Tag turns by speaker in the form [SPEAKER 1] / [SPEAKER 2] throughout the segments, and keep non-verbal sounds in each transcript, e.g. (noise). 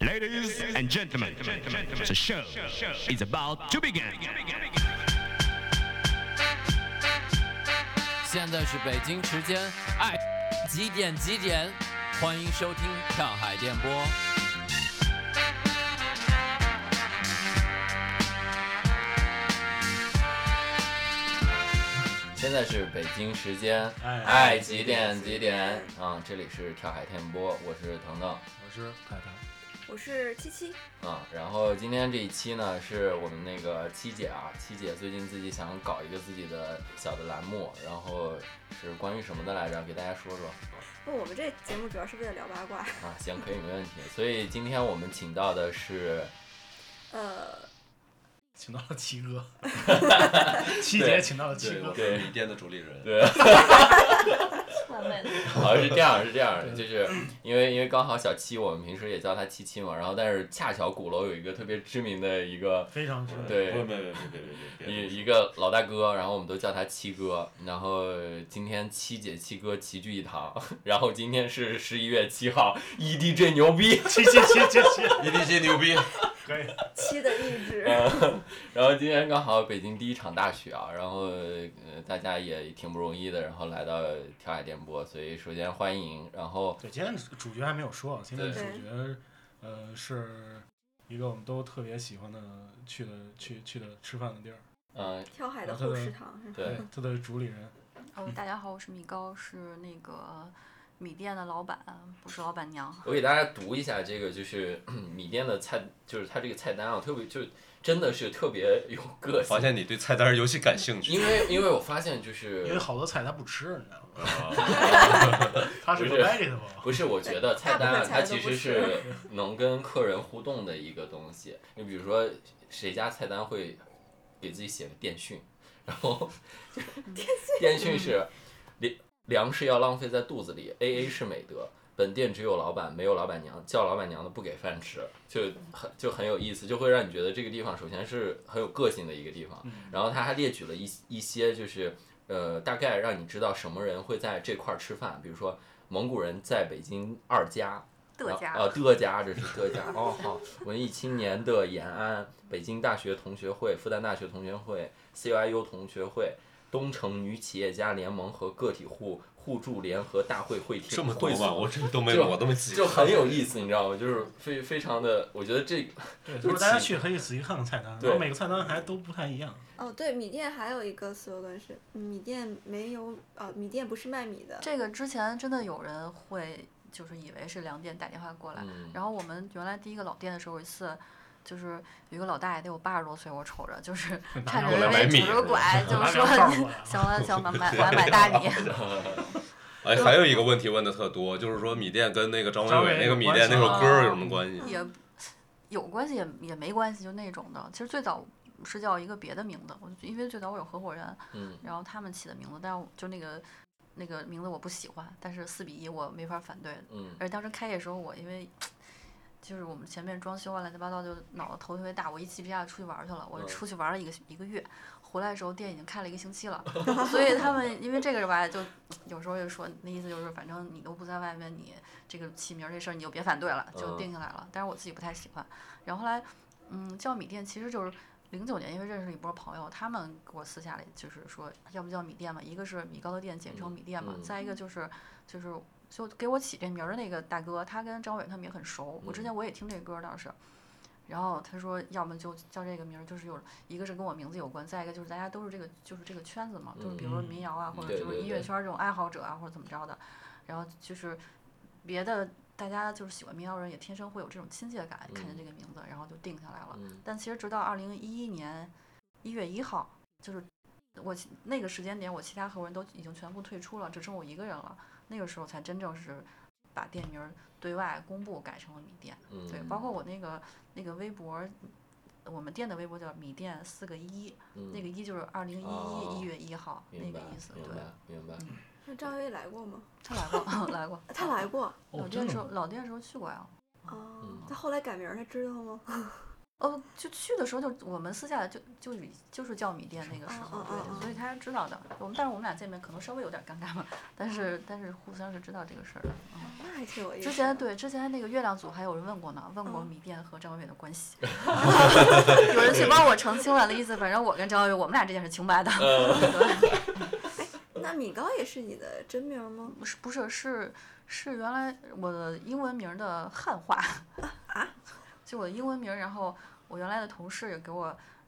[SPEAKER 1] Ladies and gentlemen, the show is about to begin.
[SPEAKER 2] 现在是北京时间，哎，几点几点？欢迎收听上海电波。现在是北京时间，
[SPEAKER 3] 哎
[SPEAKER 2] 哎，几点几点？啊，这里是跳海电波，我是腾腾。
[SPEAKER 3] 我是太太，
[SPEAKER 4] 我是七七，
[SPEAKER 2] 啊，然后今天这一期呢，是我们那个七姐啊，七姐最近自己想搞一个自己的小的栏目，然后是关于什么的来着？给大家说说
[SPEAKER 4] 那我们这节目主要是为了聊八卦。 (laughs)
[SPEAKER 2] 啊，行，可以，没问题。所以今天我们请到的是，
[SPEAKER 4] 呃，
[SPEAKER 3] 请到了七哥，七姐请到了七哥，
[SPEAKER 2] 对
[SPEAKER 5] 米店的主理人，
[SPEAKER 2] 对， (laughs) 好像是这样，是这样的，就是因为因为刚好小七，我们平时也叫她七七嘛，然后但是恰巧鼓楼有一个特别知名的一个
[SPEAKER 3] 非常之
[SPEAKER 2] (laughs) 对
[SPEAKER 5] 不不不不别别别
[SPEAKER 2] 一
[SPEAKER 5] 别，
[SPEAKER 2] 一个老大哥，然后我们都叫他七哥。然后今天七姐七哥齐聚一堂， (laughs) 然后今天是十一月七号，EDJ 牛逼。
[SPEAKER 3] 七七七七七，
[SPEAKER 5] 一定些牛逼，
[SPEAKER 3] 可以，
[SPEAKER 4] 七的意志，
[SPEAKER 2] 然后今天刚好北京第一场大雪啊，然后呃大家也挺不容易的，然后来到跳海电波，所以首先欢迎，然后
[SPEAKER 3] 对，今天主角还没有说，啊今天主
[SPEAKER 2] 对
[SPEAKER 3] 角呃是一个我们都特别喜欢的去的去去的吃饭的地儿，
[SPEAKER 2] 嗯、
[SPEAKER 4] 跳海的后食堂。
[SPEAKER 2] 哦对
[SPEAKER 3] 对，他的主理人，
[SPEAKER 6] 哦，大家好，我是米高，是那个米店的老板，不是老板娘。
[SPEAKER 2] 我给大家读一下这个，就是 (clears throat) 嗯米店的菜，就是它这个菜单啊，特别就真的是特别有个性
[SPEAKER 5] (laughs) 发，现你对菜单游戏感兴趣
[SPEAKER 2] 因为因为我发现就是
[SPEAKER 3] 因为好多菜他不吃，你知道吗？
[SPEAKER 5] 啊？
[SPEAKER 3] (laughs) 他是
[SPEAKER 2] 不
[SPEAKER 3] 不
[SPEAKER 2] 是
[SPEAKER 3] vegetable，
[SPEAKER 2] 不是，我觉得菜单
[SPEAKER 4] 大部
[SPEAKER 2] 啊，
[SPEAKER 4] 分
[SPEAKER 2] 它
[SPEAKER 4] 菜都
[SPEAKER 2] 其
[SPEAKER 4] 不
[SPEAKER 2] 实是能跟客人互动的一个东西。你比如说，谁家菜单会给自己写个电讯，然
[SPEAKER 4] (laughs)
[SPEAKER 2] 后 (laughs) 电
[SPEAKER 4] 嗯
[SPEAKER 2] 讯是粮粮食要浪费在肚子里，A A 是美德。本店只有老板，没有老板娘，叫老板娘的不给饭吃，就很就很有意思，就会让你觉得这个地方首先是很有个性的一个地方。然后他还列举了一一些就是呃，大概让你知道什么人会在这块儿吃饭，比如说蒙古人在北京二家，
[SPEAKER 6] 的家，
[SPEAKER 2] 啊，德家这是德
[SPEAKER 6] (laughs)
[SPEAKER 2] 家哦，好，文艺青年的延安，北京大学同学会、复旦大学同学会、CYU 同学会、东城女企业家联盟和个体户互助联合大会会厅，
[SPEAKER 5] 这么多
[SPEAKER 2] 会
[SPEAKER 5] 吗？
[SPEAKER 2] 所
[SPEAKER 5] 我这都没
[SPEAKER 2] 就
[SPEAKER 5] 我都没记，
[SPEAKER 2] 就很有意思，你知道吗？就是非非常的，我觉得这个
[SPEAKER 3] 对，
[SPEAKER 2] 就
[SPEAKER 3] 就是是大家去可以仔细看看菜单，
[SPEAKER 2] 对
[SPEAKER 3] 然后每个菜单还都不太一样，
[SPEAKER 4] 哦，对，米店还有一个 slogan 是米店没有，呃，米店不是卖米的。
[SPEAKER 6] 这个之前真的有人会就是以为是粮店打电话过来，
[SPEAKER 2] 嗯
[SPEAKER 6] 然后我们原来第一个老店的时候，有一次就是有一个老大爷得有八十多岁，我瞅着就是差
[SPEAKER 3] 拿
[SPEAKER 6] 点
[SPEAKER 5] 过来
[SPEAKER 6] 人
[SPEAKER 5] 买
[SPEAKER 6] 为
[SPEAKER 5] 米
[SPEAKER 6] 拄着拐，就
[SPEAKER 3] 拿
[SPEAKER 6] 说
[SPEAKER 3] 粮票过来
[SPEAKER 6] 行了行了，买买买大米。
[SPEAKER 5] 哎，还有一个问题问的特多，就是说米店跟那个张
[SPEAKER 3] 张
[SPEAKER 5] 伟
[SPEAKER 3] 伟
[SPEAKER 5] 那个
[SPEAKER 3] 有
[SPEAKER 5] 米
[SPEAKER 3] 关
[SPEAKER 5] 店
[SPEAKER 3] 系
[SPEAKER 5] 那首
[SPEAKER 6] 吗
[SPEAKER 5] 歌儿有什么关系？
[SPEAKER 6] 也有关系也也没关系，就那种的。其实最早是叫一个别的名字，我因为最早我有合伙人，
[SPEAKER 2] 嗯
[SPEAKER 6] 然后他们起的名字，但是我就那个那个名字我不喜欢，但是四比一我没法反对。
[SPEAKER 2] 嗯
[SPEAKER 6] 而当时开业的时候，我因为就是我们前面装修啊，乱七八糟，就脑子头特别大，我一气之下出去玩儿去了。我
[SPEAKER 2] 嗯
[SPEAKER 6] 出去玩了一个一个月，回来的时候店已经开了一个星期了， (laughs) 所以他们因为这个吧，就有时候就说那意思就是，反正你都不在外面，你这个起名儿这事儿你就别反对了，
[SPEAKER 2] 嗯
[SPEAKER 6] 就定下来了。但是我自己不太喜欢。然后后来，嗯，叫米店其实就是。零九年，因为认识了一波朋友，他们给我私下里就是说，要不叫米店嘛，一个是米糕的店，简称
[SPEAKER 2] 嗯
[SPEAKER 6] 米店嘛，
[SPEAKER 2] 嗯
[SPEAKER 6] 再一个就是就是就给我起这名儿的那个大哥，他跟张伟他们也很熟。我
[SPEAKER 2] 嗯
[SPEAKER 6] 之前我也听这歌儿当时，然后他说，要么就叫这个名儿，就是有一个是跟我名字有关，再一个就是大家都是这个就是这个圈子嘛，就是比如说
[SPEAKER 3] 嗯
[SPEAKER 6] 民谣啊，或者
[SPEAKER 2] 对
[SPEAKER 6] 就是
[SPEAKER 2] 对
[SPEAKER 6] 音乐
[SPEAKER 2] 对
[SPEAKER 6] 圈儿这种爱好者啊，或者怎么着的，然后就是别的大家就是喜欢民谣人也天生会有这种亲切感，看见这个名字，然后就定下来了。
[SPEAKER 2] 嗯
[SPEAKER 6] 但其实直到二零一一年一月一号，就是我其那个时间点，我其他合伙人都已经全部退出了，只剩我一个人了。那个时候才真正是把店名儿对外公布，改成了米店。
[SPEAKER 2] 嗯，
[SPEAKER 6] 对，包括我那个那个微博，我们店的微博叫米店四个一，
[SPEAKER 2] 嗯
[SPEAKER 6] 那个一就是二零一
[SPEAKER 2] 哦
[SPEAKER 6] 一一月一号那
[SPEAKER 2] 明
[SPEAKER 6] 个
[SPEAKER 2] 白
[SPEAKER 6] 意思。
[SPEAKER 2] 明
[SPEAKER 6] 对，
[SPEAKER 2] 白明白，
[SPEAKER 4] 那张薇来过吗？
[SPEAKER 6] 他来过， (laughs) 来过。
[SPEAKER 4] 她来过。
[SPEAKER 3] 哦
[SPEAKER 6] 老，店
[SPEAKER 3] 真
[SPEAKER 6] 的时
[SPEAKER 3] 的
[SPEAKER 6] 候，
[SPEAKER 3] 吗，
[SPEAKER 6] 老店的时候去过呀。
[SPEAKER 4] 哦
[SPEAKER 2] 嗯，
[SPEAKER 4] 她后来改名儿，她知道吗？ (laughs)
[SPEAKER 6] 呃，就去的时候就我们私下就就以就是叫米店那个时候，
[SPEAKER 4] 哦哦哦
[SPEAKER 6] 对，
[SPEAKER 4] 哦
[SPEAKER 6] 所以他是知道的。我们但是我们俩见面可能稍微有点尴尬吧，但
[SPEAKER 4] 嗯
[SPEAKER 6] 是但是互相是知道这个事儿的。嗯
[SPEAKER 4] 那还挺有意思。
[SPEAKER 6] 之前，对之前那个月亮组还有人问过呢，问
[SPEAKER 4] 嗯
[SPEAKER 6] 过米店和张伟伟的
[SPEAKER 4] (laughs)
[SPEAKER 6] 关系， (laughs) 有人去帮我澄清了的意思。反正我跟张伟伟，我们俩这件是清白的。
[SPEAKER 4] 嗯
[SPEAKER 6] (laughs) 对
[SPEAKER 4] 那米高也是你的真名吗？
[SPEAKER 6] 不是不是是是原来我的英文名儿的汉化
[SPEAKER 4] 啊
[SPEAKER 6] (laughs) 就我的英文名儿，然后我原来的同事也给我，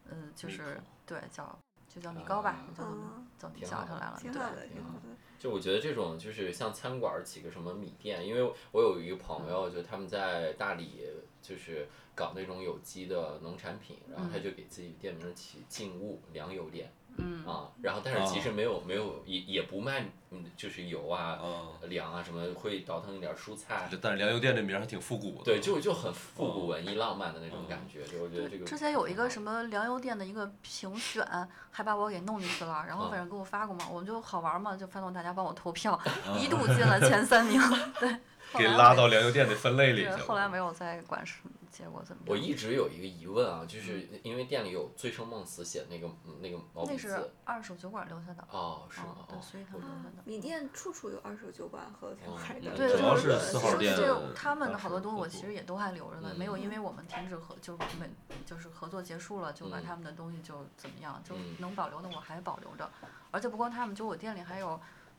[SPEAKER 6] 呃，就
[SPEAKER 2] 米
[SPEAKER 6] 是
[SPEAKER 2] 高
[SPEAKER 6] 对叫就叫米高吧，
[SPEAKER 2] 啊
[SPEAKER 6] 就这么
[SPEAKER 4] 啊
[SPEAKER 6] 怎么
[SPEAKER 2] 挺
[SPEAKER 6] 叫
[SPEAKER 2] 好
[SPEAKER 6] 上来了，
[SPEAKER 4] 挺
[SPEAKER 6] 嗯对
[SPEAKER 4] 好的，挺好
[SPEAKER 2] 嗯
[SPEAKER 4] 的。
[SPEAKER 2] 就我觉得这种就是像餐馆儿起个什么米店，因为我有一个朋
[SPEAKER 6] 嗯
[SPEAKER 2] 友，就他们在大理就是搞那种有机的农产品，然后他就给自己店名起“静物粮油店”
[SPEAKER 6] 嗯
[SPEAKER 2] 啊，然后但是其实没有、没有也也不卖，嗯就是油啊、
[SPEAKER 5] 哦，
[SPEAKER 2] 粮啊什么，会倒腾一点儿蔬菜
[SPEAKER 5] 哎这，但是粮油店这名儿还挺复古的。
[SPEAKER 2] 对，就就很复古文艺浪漫的那种感觉，就我觉得这
[SPEAKER 6] 对，
[SPEAKER 2] 个
[SPEAKER 6] 之前有一个什
[SPEAKER 2] 么
[SPEAKER 6] 么粮油店的一个评选，还把我给弄进去了，然后
[SPEAKER 2] 哦
[SPEAKER 6] 反正给我发过嘛，我们就好玩嘛，就发动大家帮我投票，
[SPEAKER 2] 哦
[SPEAKER 6] 一度进了前
[SPEAKER 2] (laughs)
[SPEAKER 6] 三名，对，后
[SPEAKER 5] 给
[SPEAKER 6] 来
[SPEAKER 5] 拉
[SPEAKER 6] 没
[SPEAKER 5] 到粮油店的分类里去
[SPEAKER 6] 对，后来
[SPEAKER 5] 了。
[SPEAKER 6] 没有再管是结果怎么
[SPEAKER 2] 嗯我
[SPEAKER 6] 样。
[SPEAKER 2] 一直有一个疑问啊，
[SPEAKER 6] 嗯
[SPEAKER 2] 就是因为店里有醉生梦死写的那个嗯那个毛笔
[SPEAKER 6] 那
[SPEAKER 2] 字
[SPEAKER 6] 是，二手酒馆留下的，
[SPEAKER 2] 哦，是吗
[SPEAKER 6] 嗯？，对，
[SPEAKER 2] 哦
[SPEAKER 6] 所以他
[SPEAKER 2] 我
[SPEAKER 6] 们留下
[SPEAKER 4] 啊
[SPEAKER 6] 的。
[SPEAKER 4] 米
[SPEAKER 6] 嗯
[SPEAKER 4] 店处处有二手酒馆和两块
[SPEAKER 2] 嗯
[SPEAKER 4] 的，
[SPEAKER 6] 对，
[SPEAKER 5] 主
[SPEAKER 6] 就
[SPEAKER 5] 要
[SPEAKER 6] 是
[SPEAKER 5] 是四号
[SPEAKER 6] 就
[SPEAKER 5] 店
[SPEAKER 6] 这种他们的
[SPEAKER 5] 当
[SPEAKER 6] 好多
[SPEAKER 5] 时
[SPEAKER 6] 东西，
[SPEAKER 5] 合
[SPEAKER 6] 我
[SPEAKER 5] 作
[SPEAKER 6] 其实也都还留着呢，没有
[SPEAKER 2] 嗯
[SPEAKER 6] 因为我们停止合，就是没就是合作结束了，就把
[SPEAKER 2] 嗯
[SPEAKER 6] 他们的东西就怎么样，就
[SPEAKER 2] 嗯
[SPEAKER 6] 能保留的我还保留着，而且不光他们，就我店里还有。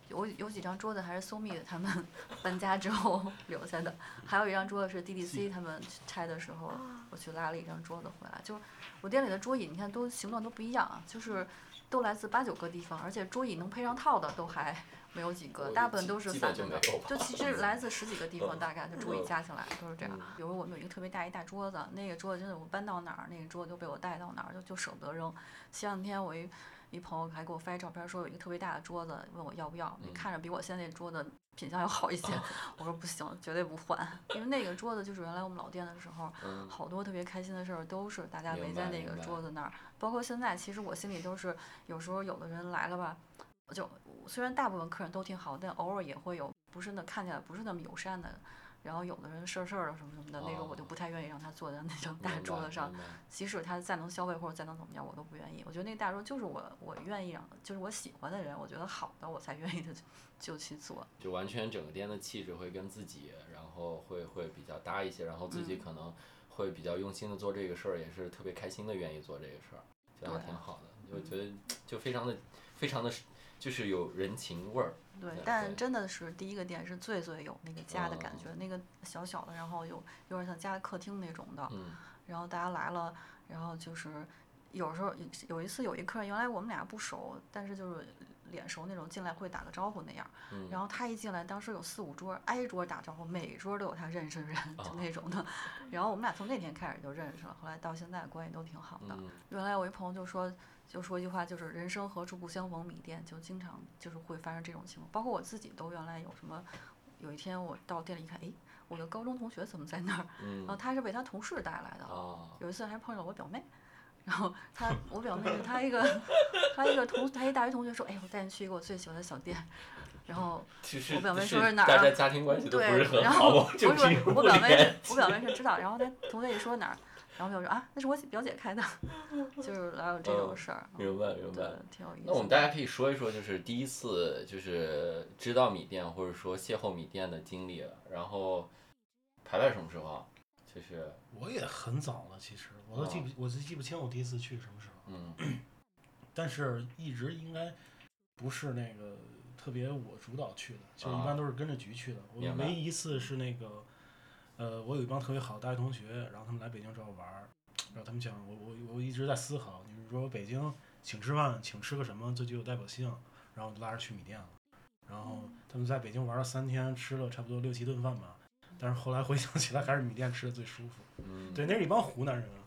[SPEAKER 6] 有有几张桌子还是 Somi 他们 (laughs) 搬家之后 (laughs) 留下的，还有一张桌子是
[SPEAKER 2] 嗯
[SPEAKER 6] DDC 他们拆的时候，我去拉了一张桌子回来。就我店里的桌椅，你看都形状都不一样啊，就是都来自八九个地方，而且桌椅能配上套的都还没有几个，
[SPEAKER 2] 我
[SPEAKER 6] 大
[SPEAKER 2] 基
[SPEAKER 6] 部分都是
[SPEAKER 2] 基
[SPEAKER 6] 散
[SPEAKER 2] 本就
[SPEAKER 6] 着的
[SPEAKER 2] 没有吧。
[SPEAKER 6] 就其实来自十几个地方，
[SPEAKER 2] 嗯
[SPEAKER 6] 大概就桌椅
[SPEAKER 2] 嗯
[SPEAKER 6] 加起来都是这样
[SPEAKER 2] 嗯。
[SPEAKER 6] 比如我们有一个特别大一大桌子，那个桌子真的我搬到哪儿，那个桌子就被我带到哪儿，就就舍不得扔。前两天我一一朋友还给我发一照片，说有一个特别大的桌子，问我要不要，
[SPEAKER 2] 嗯哦
[SPEAKER 6] 看着比我现在这桌子品相要好一些。我说不行，绝对
[SPEAKER 2] (laughs)
[SPEAKER 6] 不换，因为那个桌子就是原来我们老店的时候，
[SPEAKER 2] (laughs) 嗯
[SPEAKER 6] 好多特别开心的事儿都是大家围
[SPEAKER 2] 明
[SPEAKER 6] 在
[SPEAKER 2] 白
[SPEAKER 6] 那
[SPEAKER 2] 明
[SPEAKER 6] 个
[SPEAKER 2] 白
[SPEAKER 6] 桌子那儿，包括现在，其实我心里都是有时候有的人来了吧，就虽然大部分客人都挺好，但偶尔也会有不是那看起来不是那么友善的，然后有的人事儿事儿的什么什么的，那种我就
[SPEAKER 2] 哦
[SPEAKER 6] 不太愿意让他坐在那张
[SPEAKER 2] 明
[SPEAKER 6] 大
[SPEAKER 2] 白
[SPEAKER 6] 桌子上，
[SPEAKER 2] 明白
[SPEAKER 6] 即使他再能消费或者再能怎么样，我都不愿意。我觉得那大桌就是我我愿意让，就是我喜欢的人，我觉得好的我才愿意的就就去做。
[SPEAKER 2] 就完全整个店的气质会跟自己，然后会会比较搭一些，然后自
[SPEAKER 6] 嗯
[SPEAKER 2] 己可能会比较用心的做这个事儿，也是特别开心的愿意做这个事儿，这样
[SPEAKER 6] 对啊嗯
[SPEAKER 2] 挺好的，就觉得就非常的非常的就是有人情味儿，
[SPEAKER 6] 对
[SPEAKER 2] 对，
[SPEAKER 6] 但
[SPEAKER 2] 对
[SPEAKER 6] 真的是第一个店是最最有那个家的感
[SPEAKER 2] 嗯
[SPEAKER 6] 觉，那个小小的，然后有有点像家的客厅那种的，
[SPEAKER 2] 嗯
[SPEAKER 6] 然后大家来了，然后就是有时候有有一次有一客人，原来我们俩不熟，但是就是脸熟那种，进来会打个招呼那样。
[SPEAKER 2] 嗯，
[SPEAKER 6] 然后他一进来，当时有四五桌，挨桌打招呼，每桌都有他认识的人，
[SPEAKER 2] 哦
[SPEAKER 6] 就那种的。然后我们俩从那天开始就认识了，后来到现在关系都挺好的。
[SPEAKER 2] 嗯
[SPEAKER 6] 原来我一朋友就说，就说一句话，就是“人生何处不相逢”，米店就经常就是会发生这种情况。包括我自己都原来有什么，有一天我到店里一看，诶，我的高中同学怎么在那儿？然后
[SPEAKER 2] 嗯
[SPEAKER 6] 他是被他同事带来的，
[SPEAKER 2] 啊，
[SPEAKER 6] 有一次还碰上我表妹，然后她我表妹是她一个她一个同她一大学同学说，哎，我带你去一个我最喜欢的小店，然后
[SPEAKER 2] 其实
[SPEAKER 6] 我表妹
[SPEAKER 2] 就是
[SPEAKER 6] 说是哪儿
[SPEAKER 2] 大
[SPEAKER 6] 啊
[SPEAKER 2] 家家庭关系都不是
[SPEAKER 6] 对，
[SPEAKER 2] 很
[SPEAKER 6] 然
[SPEAKER 2] 好，
[SPEAKER 6] 后
[SPEAKER 2] 我
[SPEAKER 6] 我
[SPEAKER 2] 就
[SPEAKER 6] 说
[SPEAKER 2] 是
[SPEAKER 6] 我
[SPEAKER 2] 不
[SPEAKER 6] 表妹
[SPEAKER 2] 联
[SPEAKER 6] 是，我表妹是知道，然后她同学一说哪儿，然后我表妹说啊，那是我表姐
[SPEAKER 2] (laughs)
[SPEAKER 6] 开的，就是老有这种
[SPEAKER 2] 嗯
[SPEAKER 6] 事儿，
[SPEAKER 2] 明白明
[SPEAKER 6] 对
[SPEAKER 2] 白。，
[SPEAKER 6] 挺有意思的。
[SPEAKER 2] 那我们大家可以说一说，就是第一次就是知道米店或者说邂逅米店的经历了。然后，排排什么时候啊？就是
[SPEAKER 3] 我也很早了，其实我都记不，我都记不清我第一次去什么时候。
[SPEAKER 2] 嗯
[SPEAKER 3] 但是一直应该不是那个特别我主导去的，就是一般都是跟着局去的。我
[SPEAKER 2] 啊明白
[SPEAKER 3] 唯一一次是那个，呃，我有一帮特别好的大学同学，然后他们来北京找我玩儿，然后他们讲我我我一直在思考，你们说北京请吃饭，请吃个什么最具有代表性，然后我就拉着去米店了。然后
[SPEAKER 6] 嗯
[SPEAKER 3] 他们在北京玩了三天，吃了差不多六七顿饭吧，但是后来回想起来，还是米店吃的最舒服。
[SPEAKER 2] 嗯，
[SPEAKER 3] 对，那是一帮湖南人啊，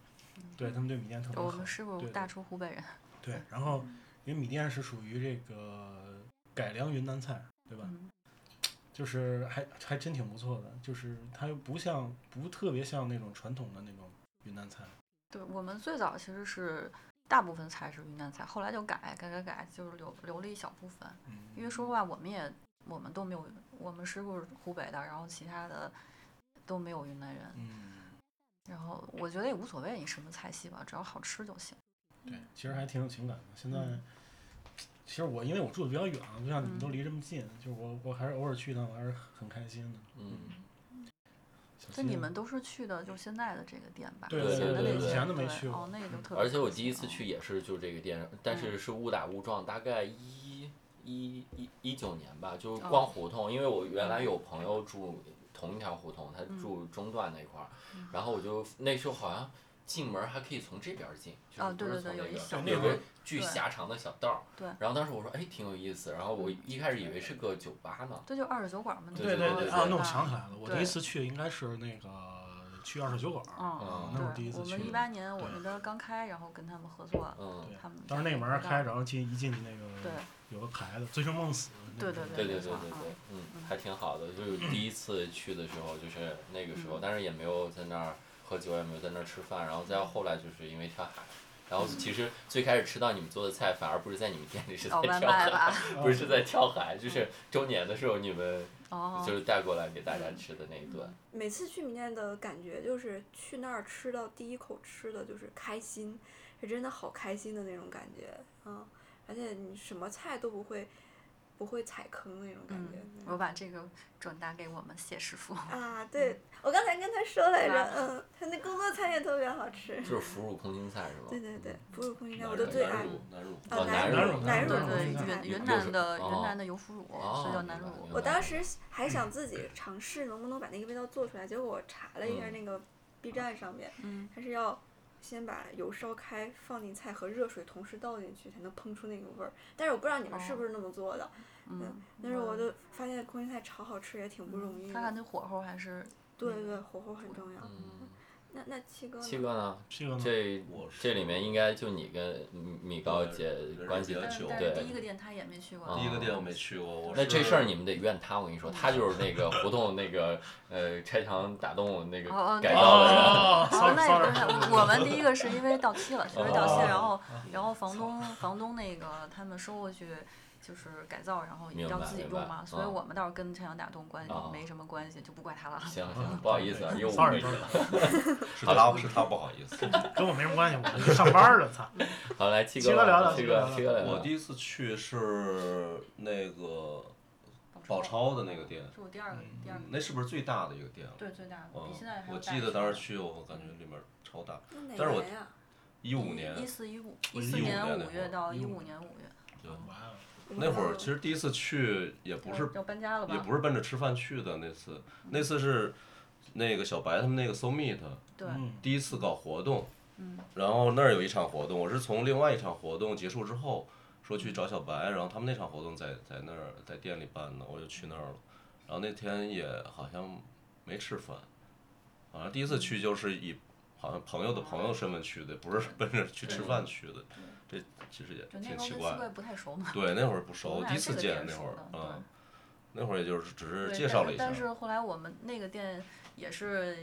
[SPEAKER 3] 对他们对米店特别
[SPEAKER 6] 嗯我
[SPEAKER 3] 好。
[SPEAKER 6] 们师傅
[SPEAKER 3] 对对
[SPEAKER 6] 大厨湖北人，
[SPEAKER 3] 对，
[SPEAKER 6] 嗯
[SPEAKER 3] 然后因为米店是属于这个改良云南菜，对吧？
[SPEAKER 6] 嗯，
[SPEAKER 3] 就是还还真挺不错的，就是它又不像不特别像那种传统的那种云南菜，
[SPEAKER 6] 对我们最早其实是大部分菜是云南菜，后来就改改改改，就是留留了一小部分。
[SPEAKER 3] 嗯
[SPEAKER 6] 因为说实话，我们也我们都没有，我们师傅是湖北的，然后其他的都没有云南人。
[SPEAKER 3] 嗯，
[SPEAKER 6] 然后我我觉得也无所谓你什么菜系吧，只要好吃就行。
[SPEAKER 3] 对，
[SPEAKER 6] 嗯
[SPEAKER 3] 其实还挺有情感的。现在，其实我因为我住的比较远，啊不像你
[SPEAKER 6] 嗯
[SPEAKER 3] 们都离这么近，就是我我还是偶尔去呢，我还是很开心的。
[SPEAKER 2] 嗯，
[SPEAKER 3] 小
[SPEAKER 6] 就
[SPEAKER 3] 西
[SPEAKER 6] 你们都是去的就现在的这个店吧？
[SPEAKER 3] 对
[SPEAKER 6] 以前
[SPEAKER 2] 对
[SPEAKER 6] 的那
[SPEAKER 2] 对对
[SPEAKER 6] 些
[SPEAKER 2] 以前
[SPEAKER 3] 都没
[SPEAKER 6] 对
[SPEAKER 3] 去过
[SPEAKER 6] 哦，那个就特别开心。
[SPEAKER 2] 而且我第一次
[SPEAKER 6] 嗯
[SPEAKER 2] 去也是就这个店，但是是误打误撞，大概一一一一九年吧，就是
[SPEAKER 6] 哦
[SPEAKER 2] 逛胡同，因为我原
[SPEAKER 6] 嗯
[SPEAKER 2] 来有朋友住同一条胡同，他住中段那块儿，
[SPEAKER 6] 嗯
[SPEAKER 2] 然后我就那时候好像进门还可以从这边儿进，就
[SPEAKER 6] 啊
[SPEAKER 2] 是不
[SPEAKER 6] 对
[SPEAKER 2] 是
[SPEAKER 6] 对
[SPEAKER 2] 从
[SPEAKER 6] 对有一小
[SPEAKER 2] 那
[SPEAKER 3] 那
[SPEAKER 2] 边，有
[SPEAKER 3] 会
[SPEAKER 2] 个
[SPEAKER 3] 儿
[SPEAKER 2] 巨
[SPEAKER 6] 对
[SPEAKER 2] 狭长的小道儿。
[SPEAKER 6] 对嗯
[SPEAKER 2] 然后当时我说，哎，挺有意思，然后我一开始以为是个酒吧呢，
[SPEAKER 6] 这就二手酒馆嘛，你
[SPEAKER 2] 对
[SPEAKER 3] 对
[SPEAKER 6] 说
[SPEAKER 2] 对
[SPEAKER 3] 对
[SPEAKER 6] 的
[SPEAKER 3] 啊，
[SPEAKER 6] 是
[SPEAKER 3] 那我
[SPEAKER 6] 吧
[SPEAKER 3] 想起来了，我第
[SPEAKER 6] 对
[SPEAKER 3] 一次去应该是那个去二手酒馆儿，
[SPEAKER 6] 嗯
[SPEAKER 2] 嗯，
[SPEAKER 3] 那
[SPEAKER 6] 对，
[SPEAKER 3] 是第一次
[SPEAKER 6] 我
[SPEAKER 3] 去
[SPEAKER 6] 们一
[SPEAKER 3] 的
[SPEAKER 6] 八年我
[SPEAKER 3] 对
[SPEAKER 6] 那边刚开，然后跟他们合作，
[SPEAKER 2] 嗯，
[SPEAKER 3] 对
[SPEAKER 6] 他们
[SPEAKER 3] 当时那个门
[SPEAKER 6] 不
[SPEAKER 3] 儿
[SPEAKER 6] 知道
[SPEAKER 3] 开，然后进一进去那个
[SPEAKER 6] 对
[SPEAKER 3] 有个牌子“醉生梦死”那
[SPEAKER 6] 对
[SPEAKER 3] 个。
[SPEAKER 6] 对
[SPEAKER 2] 对
[SPEAKER 6] 对
[SPEAKER 2] 对对
[SPEAKER 6] 没错
[SPEAKER 2] 对
[SPEAKER 6] 啊
[SPEAKER 2] 对，嗯，还挺好的。就是第一次去的时候，就是那个时
[SPEAKER 6] 嗯
[SPEAKER 2] 候，但是也没有在那儿喝酒，也没有在那儿吃饭。然后
[SPEAKER 6] 嗯
[SPEAKER 2] 再后来，就是因为跳海，然后其实最开始吃到你们做的菜，反而不是在你们店里，是在
[SPEAKER 4] 哦
[SPEAKER 6] 搞哦外
[SPEAKER 2] 跳
[SPEAKER 6] 卖吧
[SPEAKER 2] (laughs) 海，，不是在跳海，
[SPEAKER 4] 嗯
[SPEAKER 2] 就是周年的时候你们
[SPEAKER 6] 哦
[SPEAKER 2] 就，是带过来给大家
[SPEAKER 4] 嗯
[SPEAKER 2] 吃的那一顿。
[SPEAKER 4] 每次去米店的感觉就是去那儿吃到第一口吃的就是开心，是真的好开心的那种感觉啊！而且你什么菜都不会不会踩坑那种感
[SPEAKER 6] 嗯
[SPEAKER 4] 觉。，
[SPEAKER 6] 我把这个转达给我们谢
[SPEAKER 3] (laughs)
[SPEAKER 6] 师傅，
[SPEAKER 4] 啊，对我刚才跟他说来着
[SPEAKER 6] 是吧，
[SPEAKER 4] 嗯，他那工作餐也特别好吃。
[SPEAKER 2] 就是腐乳空心菜是吗？嗯
[SPEAKER 4] 嗯对对对，腐乳空心菜
[SPEAKER 5] 南
[SPEAKER 4] 我的最爱。
[SPEAKER 5] 乳南乳
[SPEAKER 4] 啊
[SPEAKER 2] 哦，
[SPEAKER 4] 南
[SPEAKER 3] 南
[SPEAKER 2] 乳
[SPEAKER 3] 乳
[SPEAKER 4] 南
[SPEAKER 3] 南
[SPEAKER 4] 乳
[SPEAKER 3] 乳
[SPEAKER 6] 对
[SPEAKER 3] 南
[SPEAKER 4] 空
[SPEAKER 3] 对
[SPEAKER 4] 心
[SPEAKER 3] 对
[SPEAKER 4] 菜
[SPEAKER 6] 对，云云
[SPEAKER 2] 就是
[SPEAKER 6] 南的
[SPEAKER 2] 哦
[SPEAKER 6] 云南的油腐乳，所以叫南乳
[SPEAKER 2] 哦明白明白
[SPEAKER 4] 我当时还想自己尝试能不能把那个味道做出来，结果我查了一下
[SPEAKER 2] 嗯
[SPEAKER 4] 那个 B 站上面，
[SPEAKER 6] 嗯
[SPEAKER 4] 它是要先把油烧开，放进菜和热水同时倒进去，才能烹出那个味儿。但是我不知道你们是不是那么做的，
[SPEAKER 6] 嗯，
[SPEAKER 4] 但是我就发现空心菜炒好吃也挺不容易
[SPEAKER 6] 看看
[SPEAKER 4] 的。
[SPEAKER 6] 那火候还是
[SPEAKER 4] 对对，火候很重要。
[SPEAKER 2] 嗯，
[SPEAKER 4] 那那七哥呢？
[SPEAKER 2] 七哥呢？
[SPEAKER 3] 这个呢
[SPEAKER 2] 这
[SPEAKER 5] 我是
[SPEAKER 2] 这里面应该就你跟米米高姐关系
[SPEAKER 5] 人比
[SPEAKER 6] 但
[SPEAKER 5] 较
[SPEAKER 6] 是
[SPEAKER 5] 久
[SPEAKER 6] 但
[SPEAKER 2] 对
[SPEAKER 6] 是第一个店他也没去过，
[SPEAKER 2] 啊
[SPEAKER 5] 第一个店我没去过，我
[SPEAKER 2] 那
[SPEAKER 5] 是
[SPEAKER 2] 这事儿你们得怨他，我跟你说，他就是那个胡同那个呃拆墙打洞那个
[SPEAKER 6] 哦哦
[SPEAKER 2] 改造的人。
[SPEAKER 5] 啊
[SPEAKER 3] 哦
[SPEAKER 6] 哦，
[SPEAKER 3] ，sorry
[SPEAKER 6] 那也不
[SPEAKER 3] sorry，
[SPEAKER 6] 是，我们第一个是因为到期了，确实到期，
[SPEAKER 2] 哦
[SPEAKER 6] 然后然后房东房东那个他们收过去。就是改造，然后
[SPEAKER 2] 明白
[SPEAKER 6] 要自己
[SPEAKER 2] 明
[SPEAKER 6] 用
[SPEAKER 2] 白
[SPEAKER 6] 嘛，所
[SPEAKER 5] 哦
[SPEAKER 6] 以
[SPEAKER 2] 嗯
[SPEAKER 6] 我们倒是跟拆墙打洞关系
[SPEAKER 2] 哦
[SPEAKER 6] 没什么关系，就不怪他了。
[SPEAKER 2] (laughs) 行
[SPEAKER 3] 嗯
[SPEAKER 2] 行，不好意思啊，又误
[SPEAKER 3] sorry
[SPEAKER 2] 会
[SPEAKER 3] sorry，
[SPEAKER 2] 了。
[SPEAKER 5] 是他是他不好意思。
[SPEAKER 3] 跟我没什么关系，我上班儿了，操！
[SPEAKER 2] 好，来七
[SPEAKER 3] 七
[SPEAKER 2] 哥
[SPEAKER 3] 哥聊聊
[SPEAKER 2] 七
[SPEAKER 3] 七哥
[SPEAKER 2] 哥
[SPEAKER 3] 聊聊
[SPEAKER 2] 七哥来
[SPEAKER 5] 我
[SPEAKER 2] 聊。
[SPEAKER 5] 第一次去是那个宝
[SPEAKER 6] 超，
[SPEAKER 5] 钞的那个店，
[SPEAKER 6] 是我第二个第二个，
[SPEAKER 5] 嗯那是不是最大的一个店了？
[SPEAKER 6] 对最大的，
[SPEAKER 5] 嗯
[SPEAKER 6] 比现在还，
[SPEAKER 5] 我
[SPEAKER 6] 要大
[SPEAKER 5] 记
[SPEAKER 6] 一
[SPEAKER 5] 得
[SPEAKER 6] 些
[SPEAKER 5] 当时去，我感觉里面超大。
[SPEAKER 4] 那哪
[SPEAKER 5] 但是我
[SPEAKER 4] 年呀？
[SPEAKER 5] 一五年
[SPEAKER 6] 一四一五
[SPEAKER 5] 我
[SPEAKER 6] 四
[SPEAKER 5] 15
[SPEAKER 6] 年
[SPEAKER 5] 年那
[SPEAKER 6] 五
[SPEAKER 5] 会
[SPEAKER 6] 月
[SPEAKER 5] 儿
[SPEAKER 6] 到一
[SPEAKER 3] 15
[SPEAKER 6] 五年五月，
[SPEAKER 3] 完了，
[SPEAKER 5] 那会儿，其实第一次去也不是
[SPEAKER 6] 要要搬家了吧？
[SPEAKER 5] 也不是奔着吃饭去的，那次那次是那个小白他们那个 So Meet
[SPEAKER 6] 对，
[SPEAKER 3] 嗯，
[SPEAKER 5] 第一次搞活动，
[SPEAKER 6] 嗯
[SPEAKER 5] 然后那儿有一场活动，我是从另外一场活动结束之后说去找小白，然后他们那场活动在在那儿在店里办的，我就去那儿了，然后那天也好像没吃饭，好像第一次去就是以好像朋友的朋友身份去的，不是奔着去吃饭去的，这其实也
[SPEAKER 6] 嗯就那
[SPEAKER 5] 挺
[SPEAKER 6] 时候
[SPEAKER 5] 奇
[SPEAKER 6] 跟
[SPEAKER 5] 怪
[SPEAKER 6] 七
[SPEAKER 5] 的
[SPEAKER 6] 哥。不太熟嘛，
[SPEAKER 5] 对，那会儿不
[SPEAKER 6] 我
[SPEAKER 5] 熟，
[SPEAKER 6] 们
[SPEAKER 5] 第一
[SPEAKER 6] 俩这
[SPEAKER 5] 次
[SPEAKER 6] 个
[SPEAKER 5] 见
[SPEAKER 6] 店
[SPEAKER 5] 那
[SPEAKER 6] 熟
[SPEAKER 5] 会儿
[SPEAKER 6] 的，对
[SPEAKER 5] 嗯，那会儿也就是只是
[SPEAKER 6] 对
[SPEAKER 5] 介
[SPEAKER 6] 但
[SPEAKER 5] 绍
[SPEAKER 6] 是
[SPEAKER 5] 了一下
[SPEAKER 6] 但，是后来我们那个店也是